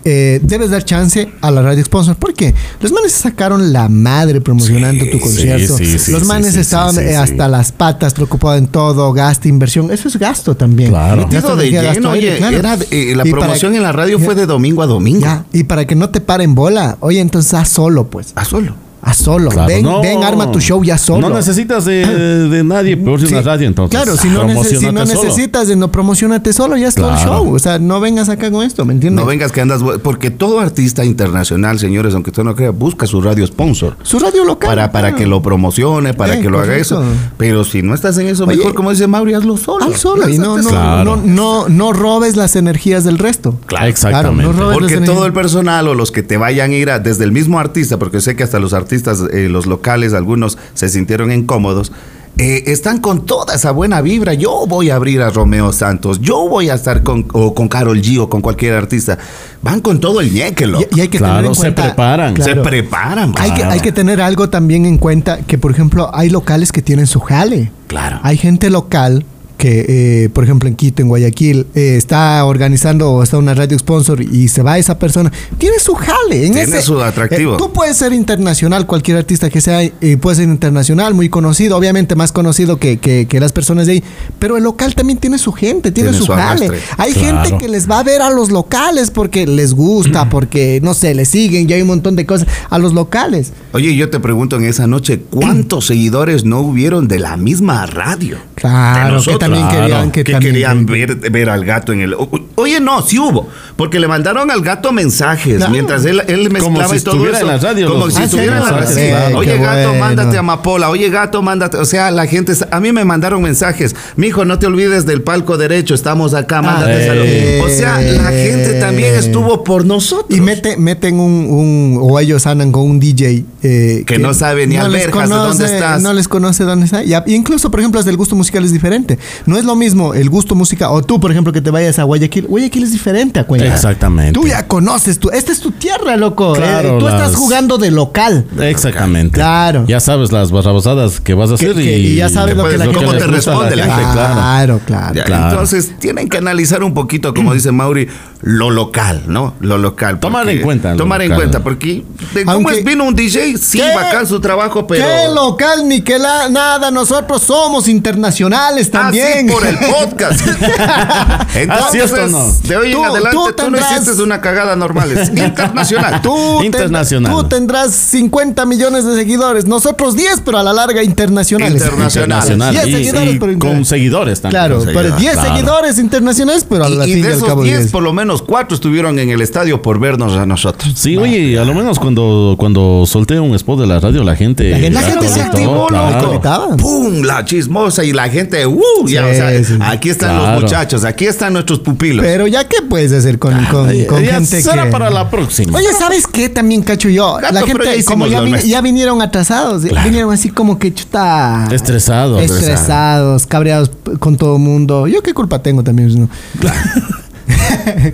B: Eh, debes dar chance a la radio sponsor porque los manes se sacaron la madre promocionando
D: Sí,
B: tu
D: sí,
B: concierto.
D: sí, sí,
B: los
D: sí,
B: manes
D: sí, sí,
B: estaban
D: sí,
B: eh,
D: sí.
B: hasta las patas preocupados en todo, gasto, inversión. Eso es gasto también.
D: Claro.
B: Gasto
C: Metido de
B: energía, gasto
C: lleno,
B: aire,
C: oye,
B: claro.
C: era, eh, la
B: Y para-
C: promoción en la radio
B: Ya.
C: fue de domingo a domingo.
B: Ya, y para que no te paren bola, oye, entonces haz solo, pues.
C: A solo.
B: Haz solo.
D: Claro,
B: ven,
D: no-
B: ven, arma tu show ya solo.
D: No necesitas de, de nadie, peor si
B: Sí.
D: una radio, entonces.
B: Claro, si no, nece- si no
D: promocionate solo.
B: necesitas, de no promocionate solo, ya es todo el
D: Claro.
B: show. O sea, no vengas acá con esto, ¿me entiendes?
C: No vengas que andas. bu- Porque todo artista internacional, señores, aunque usted no crea, busca su radio sponsor.
B: Su radio local.
C: Para, para
B: claro.
C: que lo promocione, para
B: Sí,
C: que lo haga eso.
B: correcto.
C: Pero si no estás en eso,
B: Oye,
C: mejor, como dice Mauri, hazlo solo.
B: Haz solo. Y no, no,
D: Claro.
B: no, no, no robes las energías del resto.
D: Claro,
B: Claro,
D: exactamente.
B: no robes las
C: Porque
B: energías.
C: todo el personal o los que te vayan a ir a- desde el mismo artista, porque sé que hasta los artistas, eh, los locales, algunos se sintieron incómodos. eh, están con toda esa buena vibra. Yo voy a abrir a Romeo Santos. Yo voy a estar con, o con Carol G o con cualquier artista. Van con todo el ñeque, loco.
B: Y, y hay que
D: Claro,
B: tener en
D: se
B: cuenta.
D: preparan. Se
C: Se preparan.
B: Hay que, hay que tener algo también en cuenta que, por ejemplo, hay locales que tienen su jale.
C: Claro.
B: Hay gente local que, eh, por ejemplo, en Quito, en Guayaquil, eh, está organizando o está una radio sponsor y se va esa persona. Tiene su jale. En
C: Tiene
B: ese-
C: su atractivo.
B: eh, tú puedes ser internacional, cualquier artista que sea, eh, puede ser internacional, muy conocido, obviamente más conocido que, que- que las personas de ahí. Pero el local también tiene su gente, tiene,
C: Tiene
B: su,
C: su
B: jale.
C: arrastre.
B: Hay
D: Claro.
B: gente que les va a ver a los locales porque les gusta, porque, no sé, les siguen y hay un montón de cosas. A los locales.
C: Oye, yo te pregunto en esa noche, ¿cuántos (clears throat) seguidores no hubieron de la misma radio?
B: Claro,
C: De
B: que también
D: claro,
B: querían que,
C: que
B: también
C: querían ver, ver al gato en el... o- o- Oye, no, sí hubo, porque le mandaron al gato mensajes
B: Claro.
C: mientras él, él mezclaba
D: Como si
C: y todo
D: estuviera
C: eso.
D: en la radio,
C: Como
D: los-
C: si
B: Ah,
C: estuviera en la radio.
B: sí, claro.
C: Oye,
B: Qué
C: gato,
B: bueno.
C: mándate a Amapola. Oye, gato, mándate... O sea, la gente... está- A mí me mandaron mensajes. Mijo, no te olvides del palco derecho, estamos acá, mándate
D: eh.
C: saludos. O sea, la gente también estuvo por nosotros.
B: Y mete, meten un, un- o ellos andan con un DJ eh,
C: Que no sabe ni
B: les
C: alberjas de dónde estás.
B: No les conoce dónde está. Y a- y incluso, por ejemplo, hasta el gusto musical es diferente. No es lo mismo el gusto musical, o tú, por ejemplo, que te vayas a Guayaquil. Guayaquil es diferente a Cuenca.
D: Exactamente.
B: Tú ya conoces, tú, esta es tu tierra, loco.
D: Claro,
B: Eh, tú estás
D: las-
B: jugando de local.
D: Exactamente.
B: Claro.
D: Ya sabes las barrabasadas que vas a hacer
B: que-
D: y,
B: y ya sabes lo
C: que la gente-
D: les
C: cómo te
D: gusta a
C: responde la gente,
B: claro. claro.
C: Ya,
D: Claro.
C: Entonces tienen que analizar un poquito, como dice Mauri, lo local, ¿no? Lo local.
D: Tomar
C: porque-
D: en cuenta lo
C: Tomar en
D: local.
C: cuenta, porque de cómo
B: Aunque-
C: es, vino un DJ, sí,
B: ¿Qué?
C: bacán su trabajo, pero...
B: ¿Qué local ni qué la- nada? Nosotros somos internacionales también.
C: Así Ah,
B: (laughs)
C: por el podcast. (laughs)
D: Así es,
C: Entonces,
D: Tono.
C: de hoy
B: Tú-
C: en adelante
B: tú
C: tú,
B: tendrás-
C: no hiciste una cagada normal,
B: (laughs)
C: es internacional.
B: Tú, ten-
D: Internacional.
B: tú tendrás 50 millones de seguidores, nosotros 10, pero a la larga internacionales.
C: Internacionales.
D: Internacional.
B: 10
D: Y,
B: seguidores,
D: y
B: pero inter-
D: con seguidores también.
B: Claro,
D: Con
B: pero 10
D: claro.
B: seguidores internacionales, pero a la
C: Y, y
B: fin y
C: de
B: al
C: esos
B: cabo
C: 10,
B: 10.
C: por lo menos 4 estuvieron en el estadio por vernos a nosotros.
D: Sí, oye, a lo menos cuando, cuando solté un spot de la radio, la gente.
B: La gente- la gente
C: se
B: se
D: conectó,
C: activó,
D: claro.
B: loco. Conectaban.
C: ¡Pum! La chismosa y la gente, ¡uh! Ya, o sea,
B: Sí, sí.
C: Aquí están
D: Claro.
C: los muchachos, aquí están nuestros pupilos.
B: Pero ya qué puedes hacer con,
C: Ah,
B: con, con
D: Ya
B: gente
D: será
B: que...
D: para la próxima.
B: Oye, ¿sabes qué? También cacho yo.
C: Gato,
B: la
C: pero ya
B: gente,
C: hicimos
B: como ya,
C: lo
B: vin-
C: nuestro.
B: ya vinieron atrasados, vinieron así como que chuta.
D: Estresados.
B: Estresados, cabreados p- con todo mundo. Yo qué culpa tengo también. ¿no? (laughs)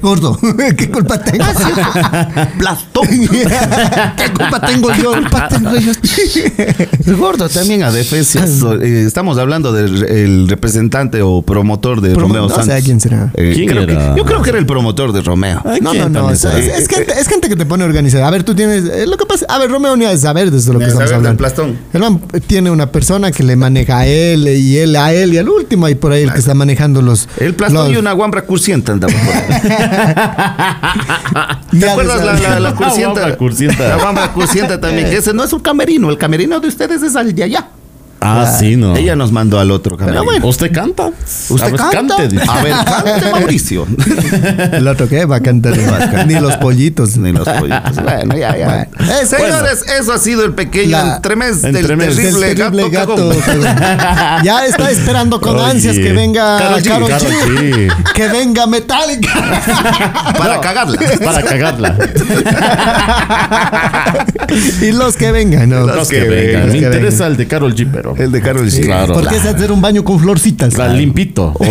B: Gordo, (laughs) ¿qué culpa
C: (laughs)
B: tengo? (laughs)
C: Plastón.
B: ¿Qué culpa tengo yo? ¿Qué culpa tengo
D: (laughs)
B: yo?
C: Gordo, también a defensa. so- (laughs) eh, estamos hablando del el representante o promotor de
B: Promo-
C: Romeo
B: no sé
C: Santos.
B: quién será.
C: Eh,
D: ¿Quién
C: creo que-
D: era?
C: yo creo que era el promotor de Romeo. Eh,
D: Ay,
B: No, no,
D: ¿quién
B: no.
D: también
B: Es,
D: será?
B: es- es gente, es gente que te pone organizada. A ver, tú tienes. eh, lo que pasa. A ver, Romeo ni ha de saber de esto lo que
C: Ni ha de
B: estamos
C: saber del
B: hablando.
C: plastón.
B: El man tiene una persona que le maneja a él eh, y él a él y al último ahí por ahí el que está manejando los.
C: El plastón
B: los-
C: y una guambra cursienta andaba por ahí.
B: (laughs) ni ha
C: ¿Te
B: de
C: acuerdas la,
B: saber.
C: la, la
D: La
C: cursienta?
D: guambra cursienta.
C: La guambra cursienta también. Ese no es un camerino, el camerino de ustedes es al de allá.
D: Ah, sí, no.
C: Ella nos mandó al otro camerino.
D: ¿Usted canta? A
C: ¿Usted
D: ver,
C: canta?
D: cante, dice.
C: A (laughs) ver, cante, Mauricio.
B: (laughs) El otro que va a cantar. ni los pollitos.
C: Ni los pollitos. Bueno, ya, ya.
B: Bueno.
C: Eh, señores, eso ha sido el pequeño
B: La-
C: entremés del
D: entremés.
B: Del
C: terrible,
B: terrible
C: gato,
B: Este gato.
C: cagón.
B: cagón. ya está esperando con
D: Oye.
B: ansias que venga
D: Karol G,
B: Karol
D: Karol
B: G,
D: G.
B: que venga Metallica (laughs)
C: Para cagarla.
D: (laughs) Para cagarla.
B: y los que vengan. ¿no?
C: Los
D: Los
C: que
D: que vengan.
C: vengan.
D: Me
B: Que
D: interesa el de Carol G, pero. (laughs)
C: El de Carol G.
D: Claro.
B: Porque es hacer un baño con florcitas.
D: La limpito. O,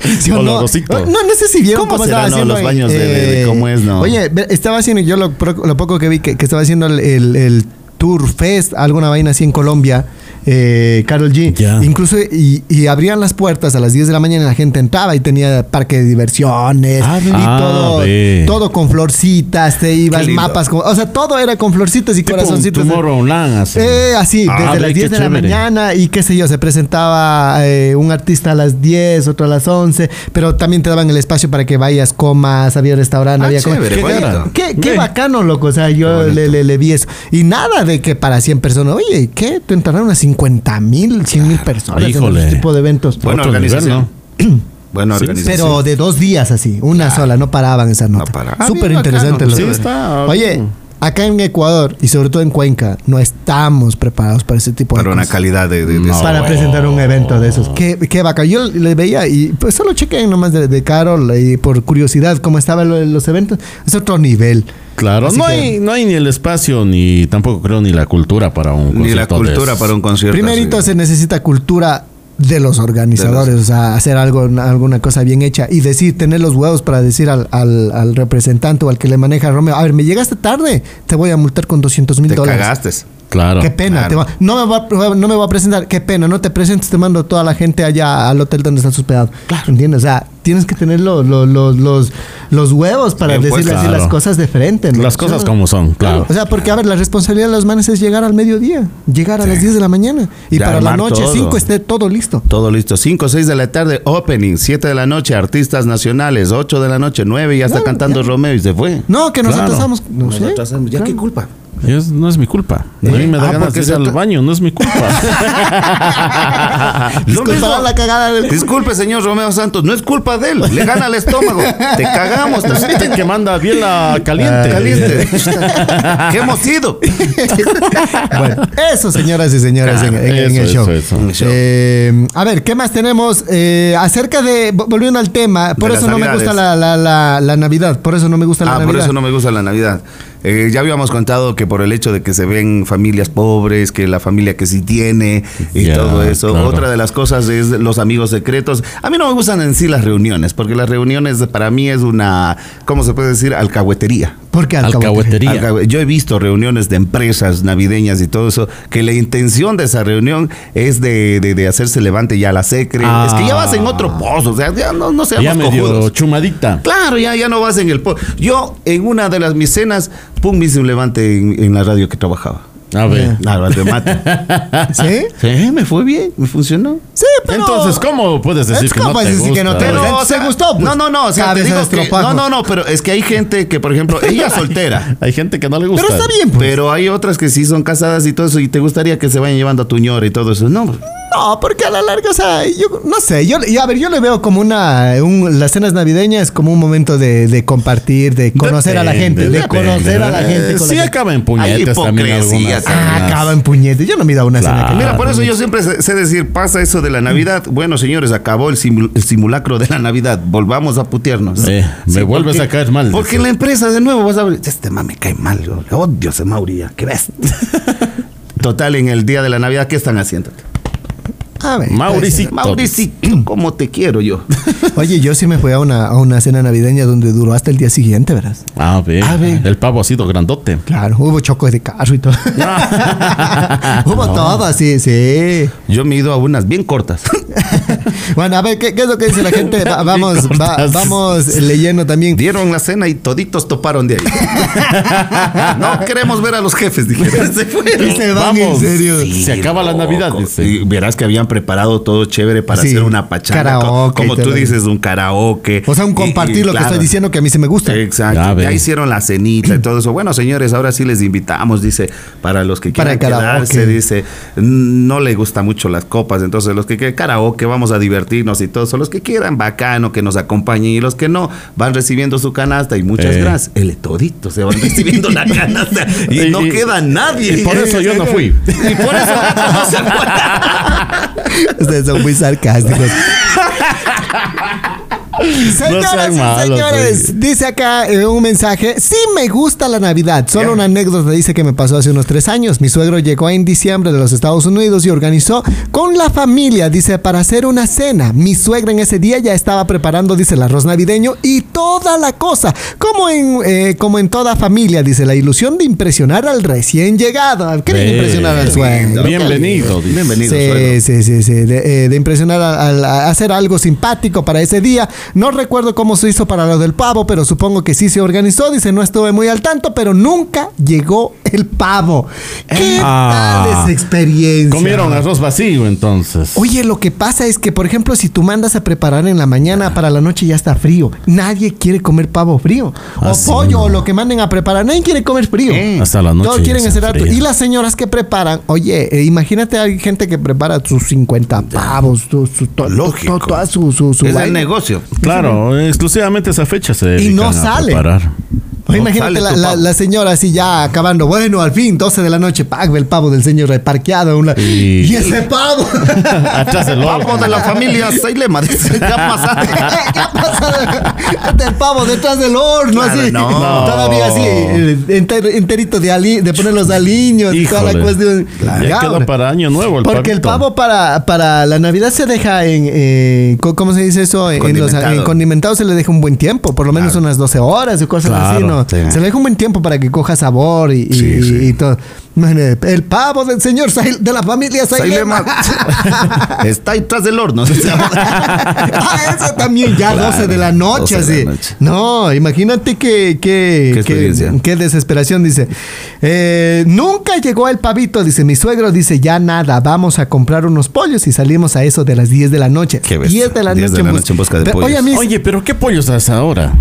C: (laughs)
B: ¿Sí
D: (laughs)
B: o no?
D: Olorosito.
B: No, no sé si vieron
C: ¿Cómo
B: cómo,
C: será,
B: estaba haciendo
C: no, los
B: ahí.
C: baños de- de- de cómo es, no?
B: Oye, ve- estaba haciendo yo lo, pro- lo poco que vi que, que estaba haciendo el, el- el Tour Fest, alguna vaina así en Colombia. Eh, Carol G.
D: Ya.
B: Incluso y, y abrían las puertas a las 10 de la mañana y la gente entraba y tenía parque de diversiones
D: Ah,
B: y
D: ve.
B: todo,
D: Ah, ve.
B: todo con florcitas, te ibas
C: lindo.
B: mapas, con- o sea, todo era con florcitas y corazoncitos.
D: online, así.
B: Eh, así,
D: Ah,
B: desde
D: ve,
B: las
D: qué
B: 10 de la
D: chévere.
B: mañana y qué sé yo, se presentaba eh, un artista a las 10, otro a las 11, pero también te daban el espacio para que vayas, comas, había restaurante,
C: Ah,
B: había comer.
C: chévere,
B: qué,
C: bonito.
B: qué- qué
D: Ve.
B: bacano, loco, o sea, yo le, le- le vi eso. Y nada de que para 100 personas, oye, ¿qué? Te entraron unas 50 mil, 100 mil personas en
D: Híjole.
B: este tipo de eventos.
C: Buena
D: Otro nivel,
C: organización. Buena
D: Sí,
C: organización.
B: Pero de dos días así, una sola, no paraban esa nota.
C: No paraban.
B: Súper
C: Ah,
B: interesante.
C: bien
B: lo
D: bacano.
B: que-
D: Sí, está-
B: Oye, acá en Ecuador y sobre todo en Cuenca, no estamos preparados para ese tipo de
C: Para una
B: cosas.
C: calidad de... de- de-
D: No.
B: Para
D: bueno.
B: presentar un evento de esos. Qué, qué vaca. Yo le veía y pues solo chequen nomás de, de Carol y por curiosidad cómo estaban lo- los eventos. Es otro nivel.
D: Claro,
B: Así
D: no
B: que-
D: hay, no hay ni el espacio, ni tampoco creo ni la cultura para un
C: Ni la
D: concierto de
C: cultura
D: esos.
C: para un concierto.
B: Primerito
C: así.
B: se necesita cultura de los organizadores, o sea, hacer algo, alguna cosa bien hecha y decir, tener los huevos para decir al, al- al representante o al que le maneja a Romeo, a ver, me llegaste tarde, te voy a multar con 200 mil
C: Te
B: dólares.
C: cagaste.
D: Claro.
B: Qué pena,
C: Claro.
B: te va- no, me va, no me va a presentar, qué pena, no te presentes, te mando toda la gente allá al hotel donde estás hospedado. ¿Entiendes? O sea, tienes que tener lo- lo- lo- los, los huevos para
C: Bien
B: decirle
C: puesto.
B: así las
D: pues, Claro.
B: cosas de frente. ¿no?
D: Las cosas como son, claro.
B: O sea, porque a ver, la responsabilidad de los manes es llegar al mediodía, llegar a las 10 de la mañana y
C: Ya
B: para la
C: armar
B: noche
C: todo.
B: 5 esté todo listo.
C: Todo listo. 5, 6 de la tarde, opening. 7 de la noche, artistas nacionales. 8 de la noche, 9, ya está
B: Claro,
C: cantando Romeo y se fue.
B: No, que nos
D: Claro.
B: atrasamos. No sé.
C: ¿Ya qué culpa?
D: Es- no es mi culpa. A
B: Eh,
D: mí me da
C: Ah,
D: ganas
C: porque
D: de ir
C: se
D: al
C: tra-
D: baño, no es
B: (laughs)
D: mi culpa.
B: Disculpa
C: mismo.
B: la cagada del-
C: Disculpe, señor Romeo Santos, no es culpa de él. Le gana el estómago. Te
B: (laughs)
C: cagamos. te-
D: Usted que manda bien
B: Ah,
D: la caliente.
C: Caliente. (laughs) ¿Qué hemos
B: (laughs)
C: sido?
B: Bueno, eso, señoras y señores,
D: Claro,
B: en, en- en
D: eso,
B: el
D: eso,
B: show.
D: eso.
C: En el show.
B: Eh, a ver, ¿qué más tenemos? Eh, acerca de. vo- Volviendo al tema, por
C: De
B: eso no
C: las
B: me gusta
C: navidades.
B: la, la- la- la Navidad. Por eso no me gusta la
C: Ah,
B: Navidad.
C: por eso no me gusta la Navidad. Eh, ya habíamos contado que por el hecho de que se ven familias pobres, que la familia que sí tiene y
D: Ya,
C: todo eso.
D: claro.
C: Otra de las cosas es los amigos secretos. A mí no me gustan en sí las reuniones, porque las reuniones para mí es una, ¿cómo se puede decir? Alcahuetería.
B: ¿Por qué alcahuete?
D: Alcahuetería.
C: Alcahu- Yo he visto reuniones de empresas navideñas y todo eso, que la intención de esa reunión es de, de- de hacerse levante ya la secre.
D: Ah.
C: Es que ya vas en otro pozo, o sea, ya no, no seamos
D: Ya medio
C: cojudos.
D: chumadita.
C: Claro, ya, ya no vas en el pozo. Yo, en una de las mis cenas, pum, me hice un levante en, en la radio que trabajaba. Ah,
D: A ver.
C: Nada,
B: (laughs)
C: te mata.
B: ¿Sí?
C: Sí, me fue bien, me funcionó.
B: Sí, pero.
D: Entonces, ¿cómo puedes decir
B: Es
D: que no
B: capaz
D: te
B: de decir
D: gusta?
B: que no te
D: güey?
B: gusta.
C: o
B: ¿Se
C: sea,
B: gustó? Pues,
C: No, no, no. o sea, te
B: cabeza
C: digo
B: de
C: que-
B: estropajo.
C: no, no, no, pero es que hay gente que, por
B: (laughs)
C: ejemplo, ella es soltera.
D: Hay gente que no le gusta.
B: Pero está bien, pues.
C: Pero hay otras que sí son casadas y todo eso, y te gustaría que se vayan llevando a tu ñora y todo eso. No,
B: No, porque a la larga, o sea, yo no sé, yo, y a ver, yo le veo como una, un- las cenas navideñas como un momento de, de compartir, de conocer a la gente,
D: Eh, Depende,
B: de conocer a la
D: depende.
B: gente.
D: Eh,
B: con la
D: Sí
B: gente.
D: acaba en
C: Hay
D: puñetes también
C: hipocresía,
D: algunas.
B: Ah,
D: cenas.
B: acaba en puñete. Yo no me he dado una cena que
D: Claro.
C: Mira, por eso yo siempre sé sé decir, pasa eso de la Navidad. Bueno, señores, acabó el, simul- el simulacro de la Navidad. Volvamos a putearnos.
D: Eh, me vuelves
C: porque-
D: a caer mal,
C: Porque
D: dice.
C: en la empresa, de nuevo, vas a ver, este man me cae mal. Yo le odio a ese Mauría. ¿Qué
D: (laughs)
C: ves? Total, en el día de la Navidad, ¿qué están haciendo?
B: A ver,
D: Mauricito.
C: Mauricito, ¿cómo te quiero
D: (laughs)
C: yo?
B: pues. Oye, yo sí me fui a una, a una cena navideña donde duró hasta el día siguiente, verás.
D: A ver,
B: A ver.
D: El pavo ha sido grandote.
B: Claro, hubo choques de carro y todo. (laughs) hubo todo, sí, sí. (laughs)
C: Yo me he ido a unas bien cortas.
B: Bueno, a ver, ¿qué, qué es lo que dice la gente? Va- vamos,
D: Bien
B: va-
D: cortas.
B: vamos leyendo también.
C: Dieron la cena y toditos toparon de ahí.
D: (laughs)
C: no queremos ver a los jefes, dijeron. Se fueron.
B: Y se van,
D: Vamos.
B: en serio.
D: Sí. Se acaba la Navidad, dice.
C: Oh, Y verás que habían preparado todo chévere para
B: Sí,
C: hacer una pachanga. co-
B: karaoke,
C: como tú
B: todo.
C: dices, un karaoke.
B: O sea, un
C: Y-
B: compartir
C: y
B: lo que
C: claro.
B: estoy diciendo que a mí se me gusta.
D: Ya
C: Exacto.
D: ve.
C: Ya hicieron la cenita y todo eso. Bueno, señores, ahora sí les invitamos, dice, para los que
B: Para
C: quieran
B: el karaoke.
C: quedarse, dice, no le gustan mucho las copas, entonces los que quieran karaoke, vamos a divertirnos y todo eso. Los que quieran, bacano, que nos acompañen y los que no, van recibiendo su canasta y muchas
D: Eh.
C: gracias. El todito se van recibiendo la canasta y,
D: Y-
C: no
D: y-
C: queda nadie.
D: Y por eso yo no fui.
C: Y por eso no se fue.
B: (laughs) Ustedes son muy (laughs) sarcásticos.
D: sean
B: Señoras y
D: malos,
B: señores, dice acá eh, un mensaje. Sí me gusta la Navidad. Solo
C: Ya.
B: una anécdota dice que me pasó hace unos tres años. Mi suegro llegó en diciembre de los Estados Unidos y organizó con la familia, dice, para hacer una cena. Mi suegra en ese día ya estaba preparando, dice, el arroz navideño y toda la cosa. Como en, eh, como en toda familia, dice, la ilusión de impresionar al recién llegado. ¿Qué
D: Eh,
B: impresionar al suegro?
D: Bienvenido. dice.
C: Bienvenido,
B: Sí,
C: suegro.
B: sí, sí, sí. De, eh, de impresionar a- al- a hacer algo simpático para ese día. No recuerdo cómo se hizo para lo del pavo, pero supongo que sí se organizó. Dice, no estuve muy al tanto, pero nunca llegó el pavo. ¿Qué
D: Ah.
B: tal esa experiencia?
D: Comieron arroz vacío entonces.
B: Oye, lo que pasa es que, por ejemplo, si tú mandas a preparar en la mañana para la noche ya está frío. Nadie quiere comer pavo frío. O
D: Ah, sí,
B: pollo,
D: no.
B: o lo que manden a preparar. Nadie quiere comer frío.
D: Eh, hasta la noche
B: Todos quieren
D: ya
B: ese
D: está
B: rato.
D: frío.
B: Y las señoras que preparan, oye, eh, imagínate hay gente que prepara sus 50 pavos, su, su, to-
C: Lógico.
B: to- toda su, su, su
C: Es el
B: vaina.
C: negocio.
D: Claro, exclusivamente esa fecha se
B: Y no
D: dedican a
B: sale.
D: preparar.
B: Oye,
C: No
B: imagínate
C: sale
B: la,
C: tu
B: la-
C: pavo.
B: la señora así ya acabando. Bueno, al fin, 12 de la noche, pago el pavo del señor reparqueado. Una,
D: Y-
B: Y ese pavo.
C: (laughs)
D: Atrás del oro.
C: Vamos de la familia Sailema. dice, (laughs) Ya pasaste.
B: (laughs) ¿Qué ha pasado? Hasta el pavo detrás del horno,
C: Claro,
B: así.
C: no.
B: Todavía así, eh, enter- enterito de, ali- de poner los aliños y toda la
D: Híjole.
B: cuestión.
D: Ya
B: Cabra.
D: quedó para año nuevo el
B: Porque el
D: pavito.
B: pavo para, para la Navidad se deja en. eh, co- ¿Cómo se dice eso? En- En los
C: Condimentado.
B: en condimentado se le deja un buen tiempo, por lo menos unas 12 horas y cosas así,
D: Claro,
B: ¿no?
D: sí.
B: Se le deja un buen tiempo para que coja sabor y, y-
D: Sí, sí.
B: y todo. Imagínate, El pavo del señor Sail- de la familia Sailema.
C: Sailema. Está detrás del horno. dice.
B: (laughs) ah, eso también, ya
C: Claro,
B: 12 de la noche,
C: 12 de
B: así.
C: la noche.
B: No, imagínate que, que,
C: Qué
B: que-
C: experiencia.
B: qué desesperación, dice. Eh, nunca llegó el pavito, dice mi suegro, dice, ya nada, vamos a comprar unos pollos y salimos a eso de las 10 de la noche.
C: Qué bestia,
B: 10 de la
C: 10
B: noche,
C: de la
B: bus-
C: noche en busca de
B: Pero,
C: pollos.
B: Oye, mis-
D: Oye, pero ¿qué pollos haces ahora?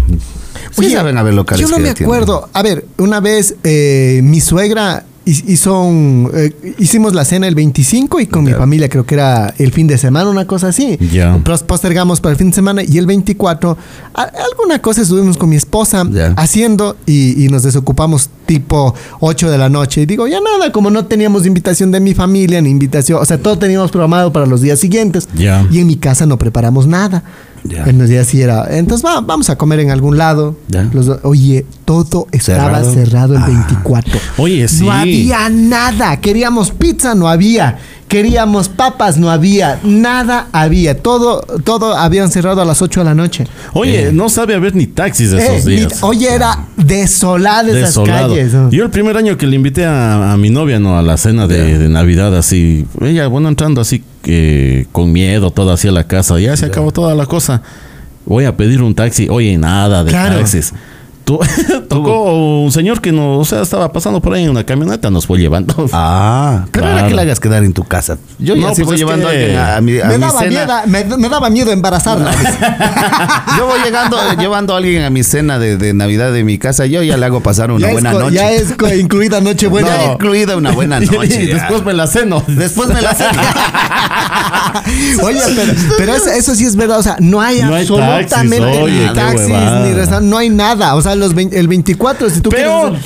C: Sí saben haber locales
B: Yo no
C: que
B: me
C: atienden.
B: acuerdo. A ver, una vez eh, mi suegra hi- hizo un, eh, hicimos la cena el 25 y con mi
C: Ya.
B: familia creo que era el fin de semana, una cosa así.
D: Ya.
B: Pros- Postergamos para el fin de semana y el 24 a- alguna cosa estuvimos con mi esposa
C: Ya.
B: haciendo y, y nos desocupamos tipo 8 de la noche. Y digo, ya nada, como no teníamos invitación de mi familia ni invitación, o sea, todo teníamos programado para los días siguientes.
D: Ya.
B: Y en mi casa no preparamos nada.
C: Ya.
B: En los días sí era. Entonces va- vamos a comer en algún lado.
C: Ya.
B: Los do- oye, todo estaba
C: Cerrado. Ah.
B: cerrado el 24.
D: Oye, sí.
B: No había nada. Queríamos pizza, no había. Queríamos papas, no había. Nada había. Todo, todo habían cerrado a las 8 de la noche.
D: Oye, no sabe haber ni taxis de
B: Eh,
D: esos
B: ni-
D: días.
B: oye, era desolada esas
D: Desolado.
B: calles. ¿no?
D: Yo el primer año que le invité a, a mi novia no a la cena de, de Navidad así, ella bueno entrando así que con miedo todo hacia la casa, ya se acabó toda la cosa. Voy a pedir un taxi, oye nada de
B: Claro.
D: taxis. tu- (laughs) tocó un señor que no, o sea, estaba pasando por ahí en una camioneta, nos fue
B: (laughs)
D: llevando.
C: Ah, pero
D: Claro.
C: era que la hagas quedar en tu casa. Yo ya
D: No,
C: si
D: pues
C: voy
D: es
C: llevando a
D: que-
C: alguien a, a mi, eh, a
B: Me
C: mi
B: daba,
C: cena.
B: miedo, me, me daba miedo embarazarla.
C: (laughs) Yo voy llegando, eh, llevando a alguien a mi cena de, de Navidad de mi casa. Yo ya le hago pasar (laughs) una
B: ya,
C: buena
B: es, co-
C: noche.
B: ya es co- incluida Nochebuena.
C: Ya incluida una buena
D: (laughs)
C: noche.
D: y después me la ceno.
C: Después me la (laughs)
B: Oye, pero, pero eso, eso sí es verdad. O sea, no hay
D: No hay
B: absolutamente
D: taxis, oye,
B: ni
D: qué
B: taxis,
D: huevada.
B: ni restaurante, no hay nada. O sea, los vein- el 24, si tú
D: Peor.
B: quieres-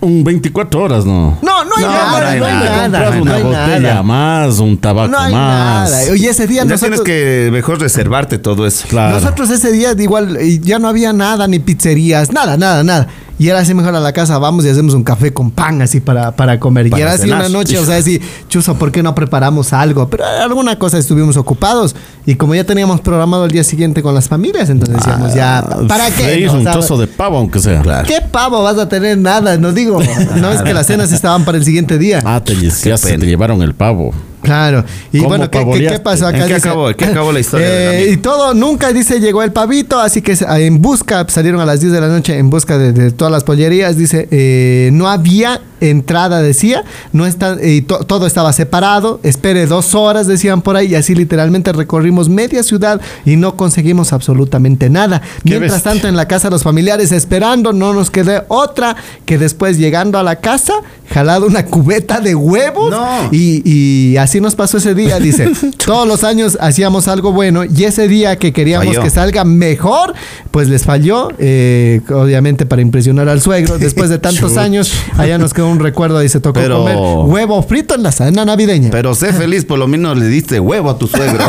D: Un 24 horas, ¿no?
B: No, no hay
C: No,
B: nada.
C: no hay
B: No hay nada.
C: nada,
D: Compras
B: no
D: una
B: hay
D: botella
B: nada.
D: más, un tabaco
B: No hay
D: más.
B: nada. Oye, ese día
C: Ya
B: nosotros,
C: tienes que mejor reservarte todo eso.
D: Claro.
B: nosotros ese día igual eh, ya no había nada, ni pizzerías, nada, nada, nada. Y era así mejor a la casa, vamos y hacemos un café con pan así para, para comer. y
C: Para
B: era así
C: cenar.
B: una noche, o sea, así, chuzo, ¿por qué no preparamos algo? Pero alguna cosa estuvimos ocupados. Y como ya teníamos programado el día siguiente con las familias, entonces decíamos, ya, ¿para qué?
D: Ah, Freír
B: no? O
D: un
B: sea,
D: trozo de pavo, aunque sea.
B: ¿Qué pavo vas a tener? Nada, no
D: (laughs)
B: digo. No es que las cenas estaban para el siguiente día.
D: Ah, te, lle- ya se te llevaron el pavo.
B: Claro. Y
D: ¿Cómo
B: bueno, ¿qué, qué,
D: pavoreaste?
B: qué pasó acá?
C: ¿En qué acabó? ¿En qué acabó la historia del
B: Eh,
C: amigo?
B: y todo, nunca dice llegó el pavito, así que se- en busca, salieron a las 10 de la noche en busca de, de todas las pollerías, dice, eh, no había entrada, decía, no está, y to- todo estaba separado, espere dos horas, decían por ahí, y así literalmente recorrimos media ciudad y no conseguimos absolutamente nada. Mientras
D: bestia.
B: tanto, en la casa de los familiares esperando, no nos quedé otra que después llegando a la casa, jalado una cubeta de huevos
C: No.
B: y y, y así nos pasó ese día,
C: (laughs)
B: dice. Todos los años hacíamos algo bueno y ese día que queríamos
C: Falló.
B: que salga mejor, pues les falló. eh, obviamente para impresionar al suegro. Después de
C: (laughs)
B: tantos años, allá nos quedó un recuerdo y se tocó
C: Pero-
B: comer huevo frito en la cena navideña.
C: Pero sé feliz, por lo menos le diste huevo a tu suegro.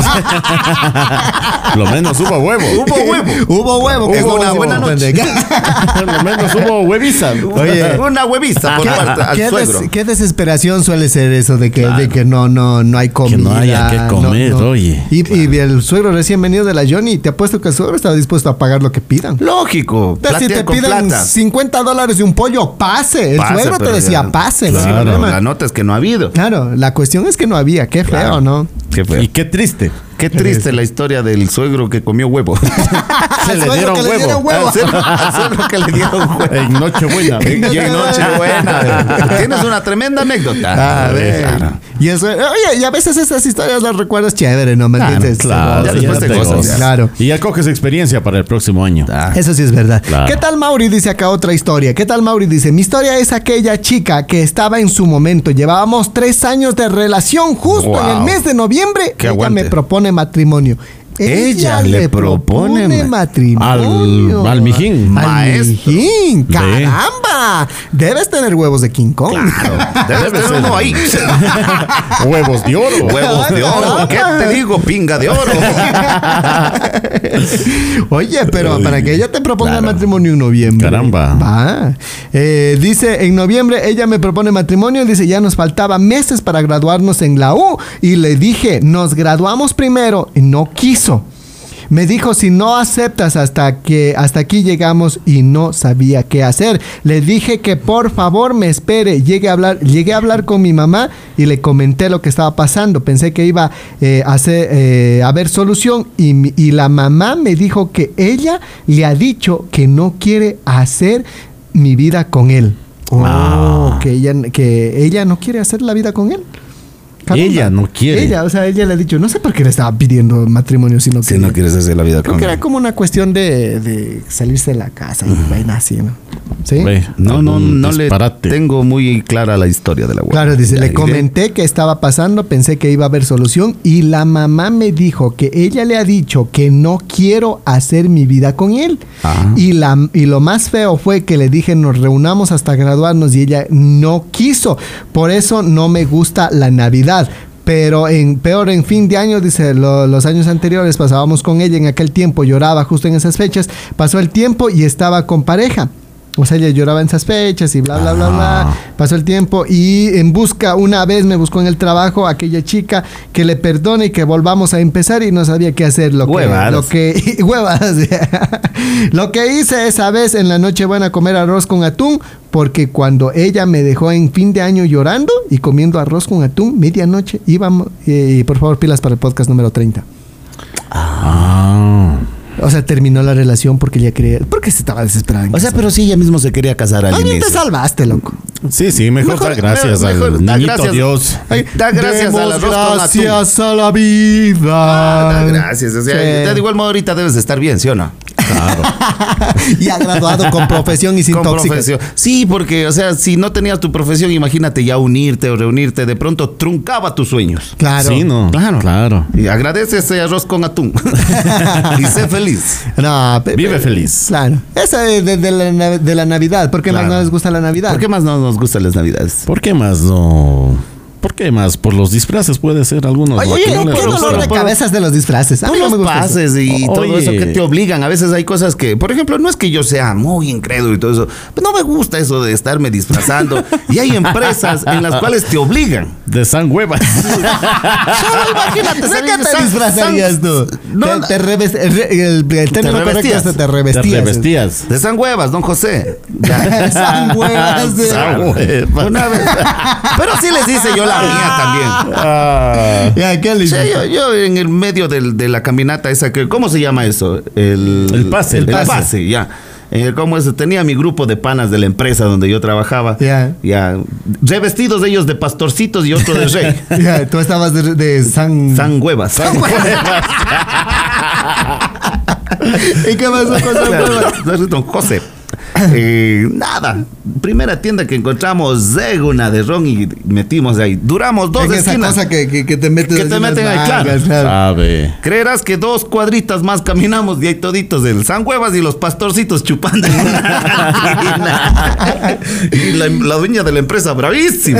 D: Por lo menos hubo huevo.
C: (laughs) Hubo huevo.
B: Hubo huevo.
C: Hubo
B: como
C: una
B: decimos,
C: buena noche.
B: pendeja.
D: Por (laughs) lo menos hubo hueviza.
B: Oye.
C: Una hueviza por
B: ¿Qué,
C: parte
B: (laughs) qué
C: (laughs) al
B: des-
C: suegro.
B: qué desesperación suele ser eso de que, de que no, no, no hay comida.
D: haya que comer, oye.
B: Y, y el suegro recién venido de la Johnny, te apuesto que el suegro estaba dispuesto a pagar lo que pidan.
C: Lógico.
B: Pero si
C: platea
B: te
C: con
B: piden
C: plata.
B: 50 dólares de un pollo, pase. El
C: Pase,
B: suegro te
C: pero
B: decía,
C: ya-
B: pase. no hay
C: Claro,
B: problema.
C: la nota es que no ha habido.
B: Claro, la cuestión es que no había. Qué feo,
C: Claro.
B: ¿no?
C: Qué feo.
D: Y qué triste.
C: Qué triste la historia del suegro que
B: (laughs)
C: comió huevo. (laughs)
B: Al
D: le
B: suegro
D: dieron
B: que
D: huevo.
C: Al suegro- al suegro que le
D: (laughs)
B: (laughs)
C: dieron huevo.
D: En Nochebuena. ¿eh?
C: Y en (laughs) Nochebuena. Tienes una tremenda anécdota.
B: A (laughs) ver. Y eso, oye, y a veces esas historias las recuerdas chévere, ¿no? ¿Me entiendes?
D: Claro,
C: Ya
D: ya
C: después te
D: te
C: gozas,
D: gozas.
C: ya.
B: Claro.
D: Y ya coges experiencia para el próximo año.
E: Ah,
B: Eso sí es verdad.
D: Claro.
B: ¿Qué tal Mauri dice acá otra historia? ¿Qué tal Mauri dice? Mi historia es aquella chica que estaba en su momento. Llevábamos tres años de relación justo
C: Wow.
B: en el mes de noviembre.
C: Qué
B: ella
C: aguante.
B: me propone matrimonio.
C: Ella le propone ma-
B: matrimonio.
D: Al- al mijín.
B: Al
C: Maestro.
B: mijín. Caramba. Debes tener huevos de King Kong. Ah,
C: Debes
E: Este
C: tener
B: (laughs)
C: uno ahí.
D: Huevos de oro.
C: Huevos de
B: Ah,
C: oro. ¿Qué te digo? Pinga de oro.
B: (laughs) Oye, pero para que ella te proponga
D: Claro.
B: matrimonio en noviembre.
D: Caramba.
B: Va. Eh, dice, en noviembre ella me propone matrimonio. Dice, ya nos faltaba meses para graduarnos en la U. Y le dije, nos graduamos primero. Y no quiso. Me dijo, si no aceptas hasta que hasta aquí llegamos y no sabía qué hacer. Le dije que por favor me espere. Llegué a hablar, llegué a hablar con mi mamá y le comenté lo que estaba pasando. Pensé que iba eh, a hacer, eh, a haber solución y, mi- y la mamá me dijo que ella le ha dicho que no quiere hacer mi vida con él. Oh,
D: Ah.
B: que, ella, que ella no quiere hacer la vida con él.
D: Ella no quiere.
B: Ella, o sea, ella le ha dicho, no sé por qué le estaba pidiendo matrimonio (laughs) si no
C: Si no
B: quería.
C: quieres hacer la vida
B: Creo
C: con
B: que era como una cuestión de, de salirse de la casa y vaina así, ¿no? ¿Sí?
D: Ve,
C: No, no,
D: algún
C: no le
D: disparate.
C: tengo muy clara la historia de la hueva.
B: Claro, dice,
C: Ya, y
B: le
C: de-
B: comenté que estaba pasando, pensé que iba a haber solución y la mamá me dijo que ella le ha dicho que no quiero hacer mi vida con él.
C: Ah.
B: Y, la, y lo más feo fue que le dije nos reunamos hasta graduarnos y ella no quiso. Por eso no me gusta la Navidad. Pero en peor en fin de año, dice, lo- los años anteriores pasábamos con ella en aquel tiempo, lloraba justo en esas fechas, pasó el tiempo y estaba con pareja. O sea, ella lloraba en esas fechas y bla, bla, bla, bla.
D: Ah.
B: Pasó el tiempo y en busca, una vez me buscó en el trabajo aquella chica que le perdone y que volvamos a empezar y no sabía qué hacer. Lo
C: Huevadas.
B: Que, lo que, (laughs) huevas. lo que hice esa vez en la noche buena comer arroz con atún porque cuando ella me dejó en fin de año llorando y comiendo arroz con atún, medianoche eh, íbamos... Y por favor, pilas para el podcast número 30.
D: Ah.
B: O sea, terminó la relación porque ella quería. Porque se estaba desesperada. en
E: O sea,
B: casar.
E: pero sí, ella mismo se quería casar al
B: Más bien te
E: inicio.
B: salvaste, loco.
D: Sí, sí, mejor,
C: Ah, Mejor-
D: dar gracias
C: me- mejor
D: al
C: dar
D: niñito
C: gracias.
D: Dios.
C: Ay, da gracias
B: Demos
C: al arroz con atún.
B: gracias a la vida.
C: Ah, da gracias. O sea,
B: Sí.
C: de
B: (laughs)
C: igual modo ahorita debes de estar bien, ¿sí o no?
B: y ha graduado con profesión y sin
C: Con
B: tóxicas.
C: profesión. Sí, porque, o sea, si no tenías tu profesión, imagínate ya unirte o reunirte, de pronto truncaba tus sueños.
B: Claro.
D: Sí, no.
C: Claro.
D: Claro. Claro.
C: Y agradece ese arroz con atún. (laughs) y sé feliz.
B: No, pe-
D: Vive
B: pe-
D: feliz.
B: Claro. Esa es de, de la, nav- de la Navidad. ¿Por qué más
C: Claro.
B: no les gusta la Navidad?
C: ¿Por qué más no nos gustan las navidades?
D: ¿Por qué más no? ¿Por qué más? Por los disfraces puede ser algunos.
B: Oye, oye,
D: bacanes,
B: qué
D: pero-
B: dolor de
D: pero-
B: cabezas de los disfraces. A mí no
C: Los
B: me gusta. eso.
C: pases y
D: O-
C: todo
D: oye.
C: eso que te obligan. A veces hay cosas que, por ejemplo, no es que yo sea muy incrédulo y todo eso, pero no me gusta eso de estarme disfrazando.
B: (laughs)
C: y hay empresas en las cuales te obligan.
D: De San (laughs) Huevas.
C: Solo imagínate,
B: ¿De
C: ¿sabes?
B: qué te
C: San-
B: disfrazarías
C: San-
B: tú?
C: No,
B: te, te reves- re- el, el término correcto
C: revestías.
B: es que te
D: Te
B: revestías.
D: revestías.
C: De San Huevas, don José.
B: (laughs) San
D: (laughs)
B: huevas de-
D: San Huevas.
C: Una vez. Pero sí les hice yo la mía también.
D: Ah,
B: Ya, qué
C: Sí,
B: lindo.
C: yo, yo en el medio del- de la caminata esa, que, ¿cómo se llama eso? El,
D: El pase,
C: El,
D: el
C: pase.
D: pase.
C: ya. Eh, ¿Cómo es? Tenía mi grupo de panas de la empresa donde yo trabajaba.
B: Ya.
C: Ya. Revestidos ellos de pastorcitos y otro de
B: (laughs)
C: rey.
B: Ya, tú estabas de, de San...
C: San huevas.
B: (laughs) ¿Y qué pasó con San
C: Claro,
B: Huevas?
C: no es Don José. Eh, nada, primera tienda que encontramos, Zeguna de Ron y metimos ahí. Duramos dos
B: En esa
C: esquinas.
B: cosa que, que, que te meten
C: Que te
B: así en las
C: meten ahí, claro. Ah,
B: nalgas,
D: sabe.
C: Creerás que dos cuadritas más caminamos y hay toditos del San Huevas y los pastorcitos chupando. en una (laughs) esquina. y la, la dueña de la empresa, bravísima.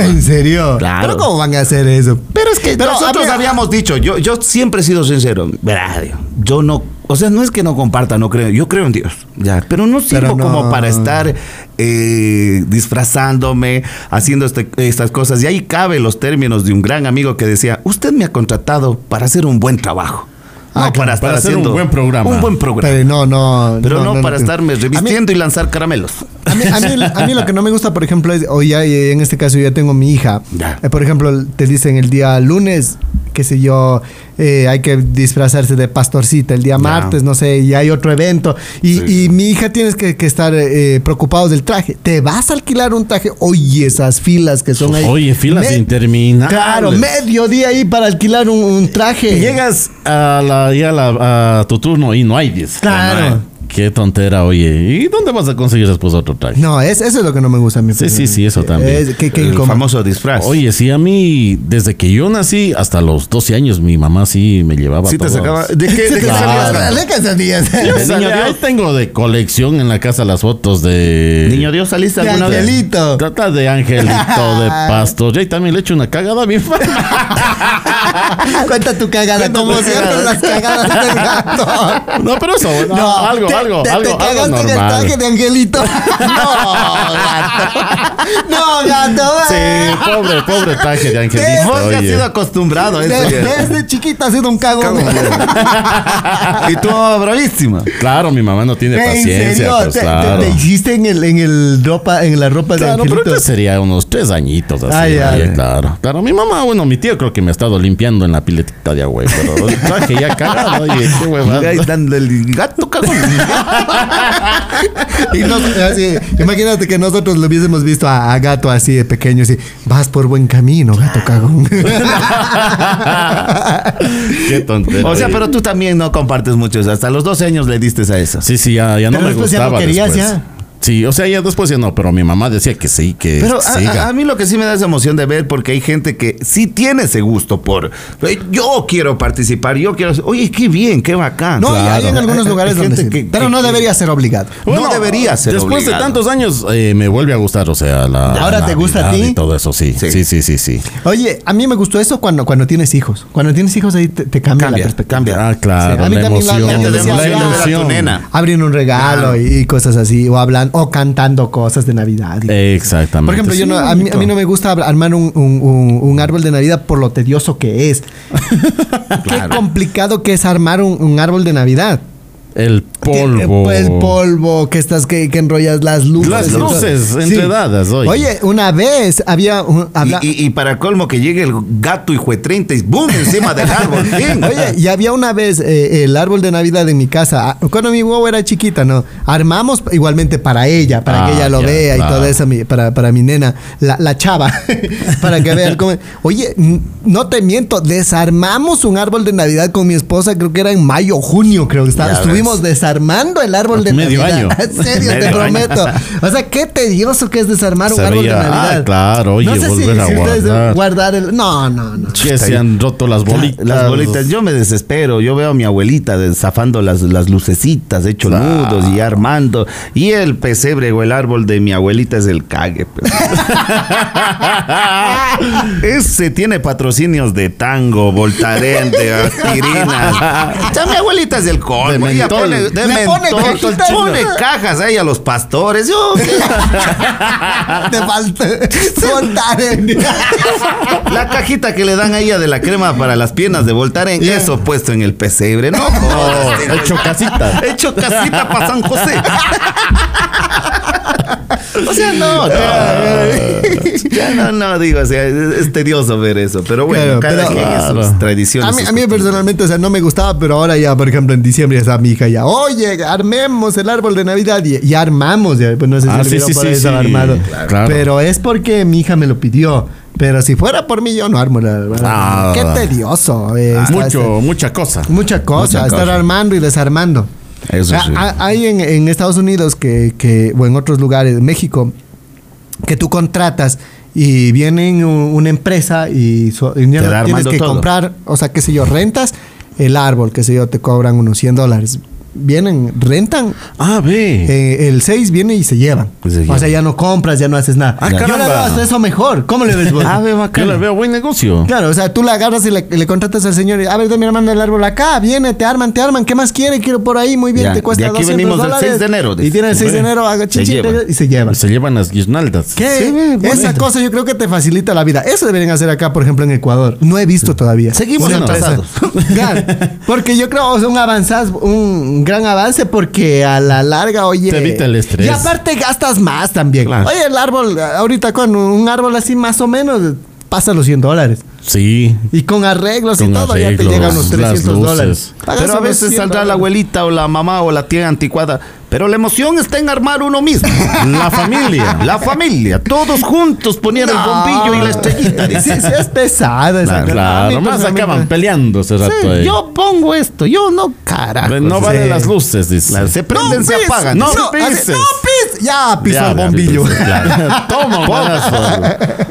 B: (laughs) ¿En serio?
C: Claro.
B: ¿Pero cómo van a hacer eso?
C: Pero es que
B: Pero,
C: nosotros
B: a ver-
C: habíamos dicho, yo, yo siempre he sido sincero, verá, Dios, yo no, o sea, no es que no comparta, no creo, yo creo en Dios, ya, pero no sirvo
B: Pero no.
C: como para estar eh, disfrazándome, haciendo este- estas cosas. Y ahí cabe los términos de un gran amigo que decía, usted me ha contratado para hacer un buen trabajo.
B: Ah, claro,
C: no para estar
D: para hacer un
C: haciendo
D: buen programa.
C: Un buen programa.
B: Pero no, no.
C: Pero no, para
B: creo.
C: estarme revistiendo y lanzar caramelos.
B: A mí, a, mí, a mí lo que no me gusta, por ejemplo, es, o ya eh, en este caso yo ya tengo mi hija.
C: Ya.
B: Eh, por ejemplo, te dicen el día lunes, qué sé yo, eh, hay que disfrazarse de pastorcita, el día martes, no sé, y hay otro evento. Y, y mi hija tienes que, que estar eh, preocupados del traje. ¿Te vas a alquilar un traje? Oye, esas filas que son ahí.
D: Oye, filas
B: Me-
D: interminables.
B: Claro, mediodía ahí para alquilar un, un traje.
D: Llegas a, la, ya a la- a tu turno y no hay 10.
B: Claro.
D: Qué tontera, oye. ¿Y dónde vas a conseguir después otro traje?
B: No, es, eso es lo que no me gusta a mí. pues.
D: Sí, sí, sí, eso también.
B: Es- qué- qué
C: el
B: incómodo.
C: famoso disfraz.
D: Oye, sí, a mí, desde que yo nací hasta los 12 años, mi mamá sí me llevaba
C: Sí te
D: todos.
C: sacaba- ¿De qué, de qué
D: Claro.
C: salías?
B: Dale casadillas.
D: Yo
B: De (laughs)
D: salía- yo tengo de colección en la casa las fotos de...
C: Niño Dios, ¿saliste alguna vez?
B: angelito.
D: Trata de
B: (laughs)
D: angelito, de pasto. Y ahí también le echo una cagada bien fácil.
B: Cuenta tu cagada, como siempre las cagadas
D: (laughs)
B: del gato.
D: No, pero eso, no, algo,
B: te-
D: algo,
B: te,
D: algo,
B: te
D: algo
B: cagaste en el
D: normal.
B: traje de
D: (laughs)
B: angelito. No, gato. No, gato. eh.
D: Sí, pobre, pobre traje de angelito.
C: Vos ya has
D: oye.
C: sido acostumbrado a eso.
B: De-
C: ya.
B: desde chiquita ha sido un cagón. (laughs)
C: (laughs) y tú oh, bravísima.
D: Claro, mi mamá no tiene
B: En
D: paciencia,
B: serio,
D: pues,
B: te, te-
D: claro.
B: te hiciste en el, en el ropa, en la ropa de
D: Claro, pero
B: angelito.
D: ahorita sería unos tres añitos así.
B: Ah, ya.
D: oye, claro. Claro, mi mamá, bueno, mi tío creo que me ha estado limpiando en la piletita de agua, pero el traje ya cagado, oye, qué
B: Pues,
C: Y ahí
D: huevada.
C: dando el gato cagón.
B: (laughs) Y nos- así, imagínate que nosotros lo hubiésemos visto a, a gato así de pequeño, así, vas por buen camino, gato
C: (laughs)
B: cagón. (laughs)
D: (laughs) Qué tontería.
C: O sea,
D: oye.
C: pero tú también no compartes mucho. eso. Hasta los 12 años le diste a eso.
D: Sí, sí, ya, ya no
B: Pero
D: me
B: después ya
D: gustaba
B: no querías,
D: después.
B: ya.
D: Sí, o sea, ya después ya no, pero mi mamá decía que sí, que
C: Pero a-
D: siga.
C: a, a mí lo que sí me da esa emoción de ver, porque hay gente que sí tiene ese gusto por. "Eh, Yo quiero participar, yo quiero. Oye, qué bien, qué bacán.
B: No, y
D: Claro.
B: hay en algunos
C: Hay
B: lugares
C: gente
B: donde sí.
C: que-
B: pero
C: que-
B: no
C: que-
B: debería ser obligado.
C: no debería ser
D: Después
C: obligado.
D: de tantos años eh, me vuelve a gustar, o sea, la.
B: ¿Ahora te gusta a
D: Navidad
B: ti?
D: Y todo eso, sí.
C: Sí.
D: Sí, sí, sí, sí. sí.
B: Oye, a mí me gustó eso cuando, cuando tienes hijos. Cuando tienes hijos ahí te, te cambia, la
C: Cambia,
B: perspectiva.
C: cambia.
D: Ah,
B: Sí,
D: claro,
B: a mí
D: la
B: también la- la-
D: emoción.
B: la- la-
C: a tu nena.
B: Abren un regalo
C: Claro.
B: y, y cosas así, o hablan, o cantando cosas de Navidad.
C: Eh,
B: y-
D: Exactamente.
B: Por ejemplo, yo
D: Sí,
B: no, a, mí, a mí
D: bonito.
B: no me gusta ab- armar un, un- un- un árbol de Navidad por lo
D: (laughs)
B: tedioso que es. Qué complicado que es armar un, un árbol de Navidad.
D: El polvo.
B: El polvo, que estás que, que enrollas las luces.
D: Las luces
B: Entonces-
D: entredadas, oye.
B: Oye, una vez había un- habla-
C: Y, y- y para colmo que llegue el gato hijo de 30 y ¡boom! encima
B: (laughs)
C: del árbol. ¡Bien!
B: Oye, y había una vez eh, el árbol de Navidad en mi casa. Ah, Cuando mi huevo era chiquita, ¿no? Armamos igualmente para ella, para
D: Ah,
B: que ella lo
D: ya,
B: vea y
D: claro.
B: todo eso, mi- para, para mi nena, la, la chava, (laughs) para que vea cómo. Oye, n- no te miento, desarmamos un árbol de Navidad con mi esposa, creo que era en mayo, junio, creo que estaba.
C: Ya
B: Estuvimos desarmando el árbol de
D: Medio
B: Navidad.
D: año.
B: (laughs) En serio, te
C: Medio año.
B: prometo. O sea, qué tedioso que es desarmar un
D: Se
B: árbol de
D: veía- ah,
B: Navidad.
D: claro, oye,
B: no sé si-
D: volver a
B: si ustedes
D: guardar.
B: guardar el. No, no, no.
D: que se han roto las bolitas.
C: Las bolitas, yo me desespero. Yo veo a mi abuelita de- zafando las, las lucecitas, hecho nudos y armando. Y el pesebre o el árbol de mi abuelita es el cague. pues. Ese tiene patrocinios de tango, voltaren, de aspirinas. Ya mi abuelita es del colmo.
D: De
C: ella
D: mentol.
C: pone, de
B: Le pone
C: mentol,
B: cajitas, ¿no?
C: pone cajas ahí a los pastores. Yo,
B: Te falta Voltaren.
C: La cajita que le dan a ella de la crema para las piernas de Voltaren, eso puesto en el pesebre, ¿no? jodas, tío.
D: hecho casita.
C: Hecho casita para San José. (laughs) O sea,
B: Ah.
C: no, no. (laughs) Ya no, no, digo, o sea, es, es tedioso ver eso. Pero bueno,
B: Claro, pero-
C: cada quien y sus
D: Claro.
C: tradiciones.
B: A mí,
C: sus
B: a mí
C: costumbres.
B: personalmente, o sea, no me gustaba, pero ahora ya, por ejemplo, en diciembre ya está mi hija ya. Oye, armemos el árbol de Navidad y, y armamos. Ya, pues no sé si
D: Ah, sí,
B: olvidó
D: sí,
B: por
D: sí,
B: ahí, estaba
D: sí.
B: armado.
D: Claro.
B: Pero es porque mi hija me lo pidió. Pero si fuera por mí, yo no armo el árbol.
D: Ah.
B: Qué tedioso. eh, está-
D: Mucho, mucha cosa.
B: Mucha cosa,
C: Mucha
B: estar
C: cosa.
B: armando y desarmando.
C: Eso
B: Ah,
C: sí.
B: ah, Hay en, en Estados Unidos que, que- o en otros lugares, México, que tú contratas y vienen u- una empresa y, su- y ya
C: da
B: no tienes
C: armando
B: que
C: todo.
B: comprar, o sea, qué sé yo, rentas el árbol, qué sé yo, te cobran unos 100 dólares. Vienen, rentan,
D: Ah, ve.
B: eh, el 6 viene y se llevan.
C: Y se
B: O
C: llevan.
B: sea, ya no compras, ya no haces nada.
D: Ah,
B: Yo le
D: caramba.
B: veo hasta eso mejor. ¿Cómo le ves
C: (laughs)
B: vos?
D: Ah, ve, bacán. Yo le veo buen negocio.
B: Claro, o sea, tú la agarras y le, le contratas al señor y, a ver, mi hermano el árbol acá, viene, te arman, te arman, ¿qué más quiere? Quiero por ahí, muy bien,
C: Ya,
B: te cuesta
C: de aquí
B: 200
C: venimos del
B: dólares.
C: 6 de enero,
B: Y
C: dice.
B: tiene el 6 de
D: Ve.
B: enero, haga chin, chin,
C: llevan.
B: y se llevan.
D: Se llevan las guirnaldas.
B: ¿Qué?
C: Sí, ve, bonito.
B: Esa cosa yo creo que te facilita la vida. Eso deberían hacer acá, por ejemplo, en Ecuador. No he visto todavía.
C: Seguimos
B: Una empresa.
C: atrasados.
B: (laughs) Claro, porque yo creo que es un avanzaz, un gran avance porque a la larga, oye...
D: Te evita el estrés.
B: Y aparte gastas más también.
D: Claro.
B: Oye, el árbol, ahorita con un árbol así más o menos, pasa los 100 dólares.
D: Sí.
B: Y con arreglos y
D: Con
B: todo, ya
D: arreglos,
B: te llegan unos
D: las
B: 300
D: luces.
B: dólares. Pagas
C: Pero a
B: unos
C: veces
B: 100
C: saldrá la
B: dólares.
C: abuelita o la mamá o la tía anticuada. Pero la emoción está en armar uno mismo.
D: La familia.
C: La familia. Todos juntos ponían el bombillo y
B: (laughs)
C: la estrellita.
B: Sí,
C: dice.
B: sí, es pesada esa
D: Claro,
B: Ah, A mí
D: más
B: personalmente-
D: acaban peleando ese rato ahí.
C: Yo pongo esto, yo no, carajo.
D: Pues
C: pues,
D: no
B: sí.
D: valen las luces, dice.
C: Las- se prenden, se
B: pis,
C: apagan.
B: No,
D: Sí,
B: no,
D: pises.
B: así, no pis. Ya pisó
D: Ya,
B: el
D: ya,
B: bombillo.
D: sí, sí, claro.
B: (laughs)
D: Toma,
C: (laughs)
D: un balazo.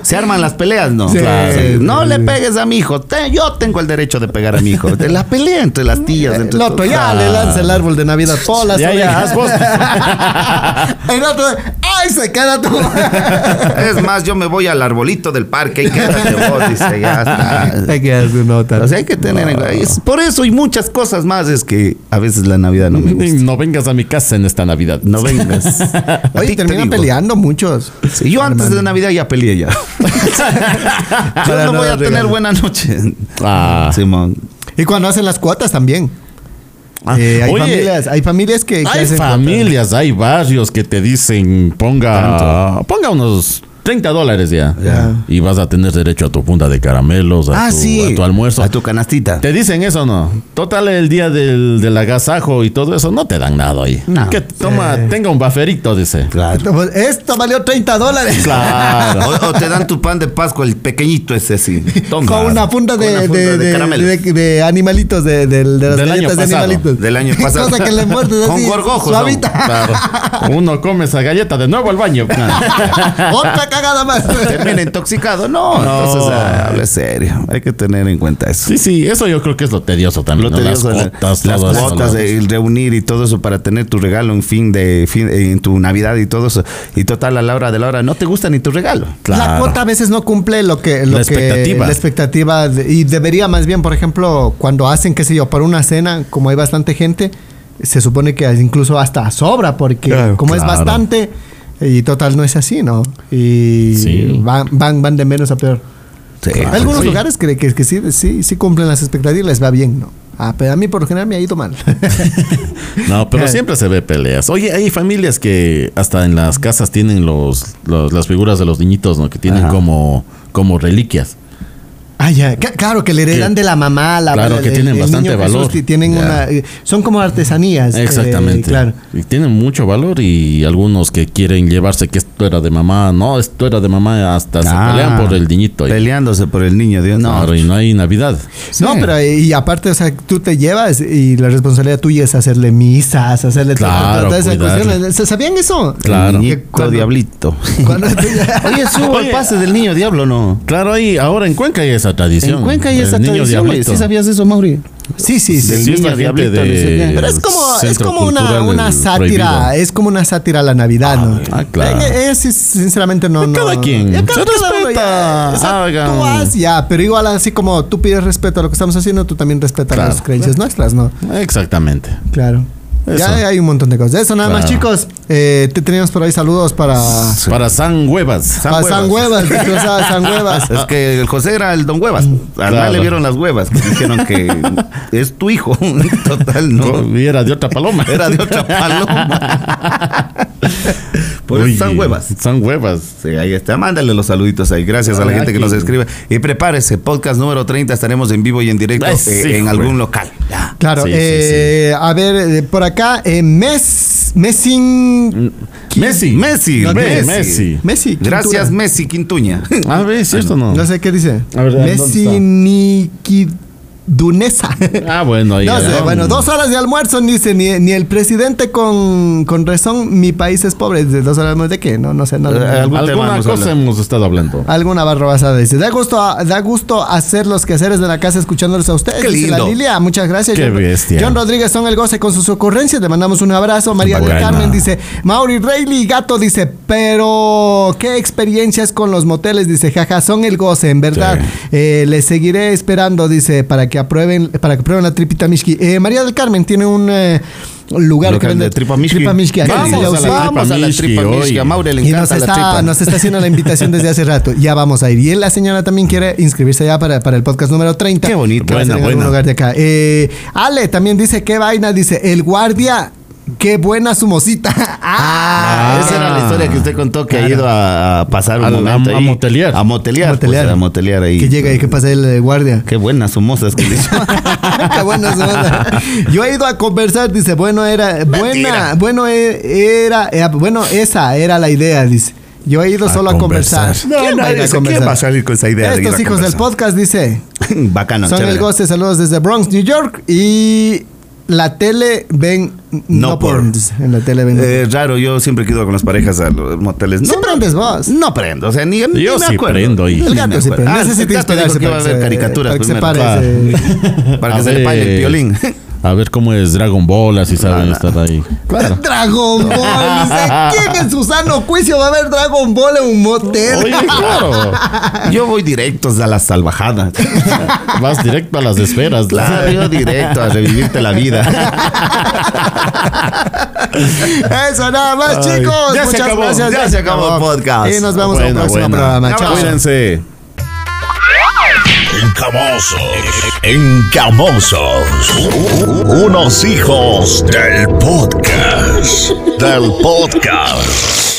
C: Se arman las peleas, ¿no?
B: Sí.
C: Claro. Sí. No
B: Sí.
C: le pegues a mi hijo. Te- yo tengo el derecho de pegar a mi hijo. De la pelea entre las tías. Entre
B: El otro ya le lanza el árbol de Navidad todas las
D: Ya, ya,
B: orejas.
D: haz vos.
B: (laughs) El otro, ¡ay, se queda tú!
D: (laughs)
C: Es más, yo me voy al arbolito del parque y quédate vos, dice, ya está.
B: Te quedas de nota.
C: O sea, hay que tener... es por eso y muchas cosas más es que a veces la Navidad no me gusta.
D: No vengas a mi casa en esta Navidad.
C: No (laughs) vengas. A ti
B: Oye,
C: te
B: terminan
C: digo.
B: peleando muchos.
C: Sí, yo antes de Navidad ya peleé (laughs) ya. yo
B: Para
C: no
B: no
C: voy a
B: dar
C: tener
B: regalo.
C: buena noche.
D: Ah.
C: Simón.
B: Y cuando hacen las cuotas también.
D: Ah,
B: Eh, hay,
D: oye,
B: familias, hay familias que, que
D: Hay
B: hacen cuotas.
D: familias, hay barrios que te dicen ponga, ponga unos 30 dólares ya.
B: Ya.
D: Y vas a tener derecho a tu punta de caramelos, a,
C: Ah,
D: tu,
C: sí.
D: a tu almuerzo.
C: A tu canastita.
D: ¿Te dicen eso o no? Total, el día del, del agasajo y todo eso, no te dan nada ahí.
C: No.
D: Que toma, tenga un baferito,
C: (laughs)
D: dice.
C: Claro.
B: Esto- pues, Esto valió 30 dólares.
D: Claro.
C: O, o te dan tu pan de Pascua, el pequeñito ese sí.
B: (laughs)
C: Toma.
B: Con una punta
C: Con
B: de,
C: una funda
B: de, de-
C: caramelo.
B: de- de animalitos, de, de- de las
D: Del año
B: galletas de
D: pasado.
B: animalitos.
C: Del (laughs) año
B: (laughs)
C: pasado.
B: Cosa que le muerdes
C: Con
B: así,
C: gorgojos.
B: suavita.
C: ¿no? Claro.
D: Uno come esa galleta de nuevo al baño.
B: (laughs) Otra cagada más.
C: Termina intoxicado. No,
D: No.
C: entonces ah, hable serio. Hay que tener en cuenta eso.
D: (laughs) Sí, sí, eso yo creo que es lo tedioso también.
C: Lo
D: ¿no?
C: tedioso,
D: las
C: la-
D: cuotas,
C: las
D: todo eso,
C: cuotas,
D: ¿no?
C: el reunir y todo eso para tener tu regalo en fin de fin, en tu Navidad y todo eso. Y total a la hora de la hora no te gusta ni tu regalo.
B: La
D: Claro.
B: cuota a veces no cumple lo que... Lo
D: La
B: que-
D: expectativa.
B: la expectativa de- y debería más bien, por ejemplo, cuando hacen, qué sé yo, para una cena, como hay bastante gente, se supone que incluso hasta sobra porque
D: Claro.
B: como es
D: Claro.
B: bastante... Y total, no es así, ¿no? Y
D: Sí.
B: van, van, van de menos a peor.
C: Ah, Sí.
B: Hay algunos
D: sí.
B: lugares que, que, que sí, sí, sí cumplen las expectativas y les va bien, ¿no? Ah, pero a mí por lo general me ha ido mal. (laughs)
D: No,
C: Eh.
D: pero siempre se ve peleas. Oye, hay familias que hasta en las casas tienen los, los- las figuras de los niñitos, ¿no? Que tienen
C: Ajá.
D: como, como reliquias.
B: Ah, ya. Ca- Claro, que le heredan
D: Que-
B: de la mamá. La,
D: claro,
B: el-
D: que tienen
B: el
D: bastante
B: niño Jesús,
D: valor.
B: que tienen
D: Ya.
B: una, eh, son como
C: Este,
B: artesanías. eh,
D: Exactamente.
B: claro.
D: Y tienen mucho valor y algunos que quieren llevarse que esto era de mamá, no, esto era de mamá, hasta
C: Ah,
D: se pelean por el niñito. ahí.
C: Peleándose por el niño, Dios. No,
D: Claro, y no hay Navidad.
C: Sí.
B: No, pero eh, y aparte, o sea, tú te llevas y la responsabilidad tuya es hacerle misas, hacerle to-
D: Claro,
B: todas esas
D: cuidarle.
B: cuestiones. Eh, ¿Se- ¿Sabían eso?
D: Claro.
B: Que
C: niñito
B: cuando-
C: diablito. (laughs)
B: cuando-
C: Oye, subo el pase del niño diablo, ¿no?
D: Claro, ahí ahora en Cuenca hay esa tradición.
C: En Cuenca hay
D: El
C: esa
D: niño
C: tradición. güey.
D: diablito.
C: ¿Sí sabías eso, Mauri?
B: sí, sí, sí.
C: Del
D: Sí, es la
C: niño
D: gente
C: diablito,
D: de-
C: dice, "Ya".
B: Pero es como, es
D: Centro
B: como una,
D: Cultural
B: una
D: del
B: sátira,
D: Prohibido.
B: es como una sátira a la Navidad, ¿no?
D: ah, claro.
B: Eh, eh, sí, sinceramente no, no.
D: Cada quien.
B: Ya,
D: Se
B: uno
D: respeta.
B: ya. O sea,
D: Hagan.
B: tú vas, ya, pero igual así como tú pides respeto a lo que estamos haciendo, tú también respetas
D: Claro.
B: las creencias nuestras, ¿no?
C: eh.
D: Exactamente.
B: Claro.
D: Eso.
B: Ya hay un montón de cosas. Eso nada más,
D: Claro.
B: chicos. Eh, te teníamos por ahí saludos para
C: Ah,
D: Para San Huevas.
B: para San Huevas, disfrazada San
D: (laughs)
B: Huevas.
C: Es que el José era el don huevas. A
D: Claro.
C: le vieron las huevas. que
D: (laughs)
C: Dijeron que es tu hijo. (laughs) Total, no.
D: Y era de otra paloma.
C: (laughs) Era
D: (laughs)
C: de otra paloma. Por eso
D: Oye,
C: están huevas.
D: San Huevas.
C: Sí, ahí está. Mándale los saluditos ahí. Gracias a la
D: Ay,
C: gente que nos
D: Ah, aquí.
C: escribe. Y prepárese, podcast número 30. Estaremos en vivo y en directo
D: Ay, sí,
C: eh, en
D: güey.
C: algún local. Ya.
B: Claro,
D: Sí, sí,
B: eh, a ver, eh, por acá, eh, Mes, Messing,
D: Messi.
C: Messi,
D: No,
C: Ah, Messi.
D: Messi.
B: Messi. Quintura.
C: Gracias,
D: (laughs)
C: Messi Quintuña.
D: A ver, ¿es cierto o no?
B: No sé qué dice.
D: A ver, ¿dónde
B: Messi
D: está? (laughs)
B: Nikidunesa.
D: Ah, bueno, ahí.
B: No sé,
D: ya.
B: bueno, dos horas de almuerzo, dice, ni, ni el presidente con, con razón, mi país es pobre. Dice, ¿Dos horas más de qué? No, no sé, no, no, no.
C: Eh, algún tema
D: Alguna
C: vamos a
D: cosa
C: hablar. Ah,
D: hemos estado hablando.
B: Alguna barra basada dice, da gusto, da gusto hacer los quehaceres de la casa escuchándolos a ustedes.
C: Qué
B: dice la
C: lindo.
B: Lilia, muchas gracias.
D: Qué
B: John-
D: bestia.
B: John Rodríguez son el goce con sus ocurrencias. Le mandamos un abrazo. María del
D: Bacana.
B: Carmen dice, Mauri Reilly Gato dice, pero qué experiencias con los moteles, dice, jaja, son el goce, en verdad. Eh, les seguiré esperando, dice, para que aprueben, para que aprueben la tripita Mishki. Eh, María del Carmen tiene un eh, lugar
C: Local
B: que vende
C: de tripa mishki.
B: mishki aquí en
C: Vamos
D: a la
B: Yauzá.
D: tripa
C: Vamos a la
D: mishki
C: tripa
D: hoy.
C: mishki. A Maure le
B: Y nos
C: encanta la
B: está,
C: tripa.
B: nos está haciendo la invitación desde hace rato. Ya vamos a ir. Y la señora también quiere inscribirse ya para, para el podcast número 30.
C: Qué bonito.
B: Que va a ser
D: Buena,
B: en algún
D: buena.
B: lugar de acá. Eh, Ale también dice, qué vaina. Dice, el guardia, qué buena su mocita. (laughs) ah,
C: Ah, esa era la historia que usted contó que ha ido a, a pasar un
D: A- a-
C: momento
D: a
C: ahí.
D: motelear.
C: A motelear. pues,
B: Motelear.
C: a motelear ahí.
B: que llega y que pasa el eh, guardia. (laughs)
C: Qué buenas somosas que le hizo.
B: Qué buena su onda. Yo he ido a conversar, dice, bueno era, buena, bueno e- era, eh, bueno, esa era la idea, dice. Yo he ido solo a conversar.
D: conversar.
B: ¿Quién va a ir a
C: ¿Quién
B: conversar?
C: va a salir con esa idea? de ir
B: Estos
C: a
B: hijos del
C: conversar?
B: podcast, dice.
C: (laughs) Bacano,
B: Son
C: chévere.
B: el goce, saludos desde Bronx, New York. Y la tele ven.
C: No porn.
B: dice. En la tele ven. no
C: Eh, raro, yo siempre quedo con las parejas a los moteles.
B: porn.
C: No,
B: Sí prendes vos.
C: no prendo, o sea, ni, ni
D: Yo
C: me
D: sí
C: acuerdo.
D: prendo, hijo.
C: Ni
B: El gato
C: me
B: sí
C: acuerdo.
B: prende.
C: Ah,
B: Necesita
C: el gato dijo
B: inspirarse
C: que iba a
B: para
C: haber
B: que se-
C: caricaturas
B: para que se
C: primero.
B: pare
C: Claro. (laughs) Para que se le pague el violín. (laughs) Ah,
D: A ver cómo es Dragon Ball, así saben
C: no.
D: estar ahí. Claro.
B: (laughs) Dragon Ball. dice, ¿Quién en su sano juicio va a ver Dragon Ball en un motel?
D: Oye,
C: (laughs)
D: claro.
C: Yo voy directos a
B: (laughs)
C: las salvajadas.
D: Vas directo a las esferas.
C: Claro, yo directo a revivirte la vida.
B: Eso nada más, chicos.
C: ya se
B: Muchas
C: acabó,
B: gracias.
C: ya se acabó el podcast.
B: Y nos vemos en un
D: Buena,
B: próximo
D: buena.
B: programa. Chao.
D: Cuídense.
A: Encamosos. Encamosos. U- u- Unos hijos del podcast. Del podcast.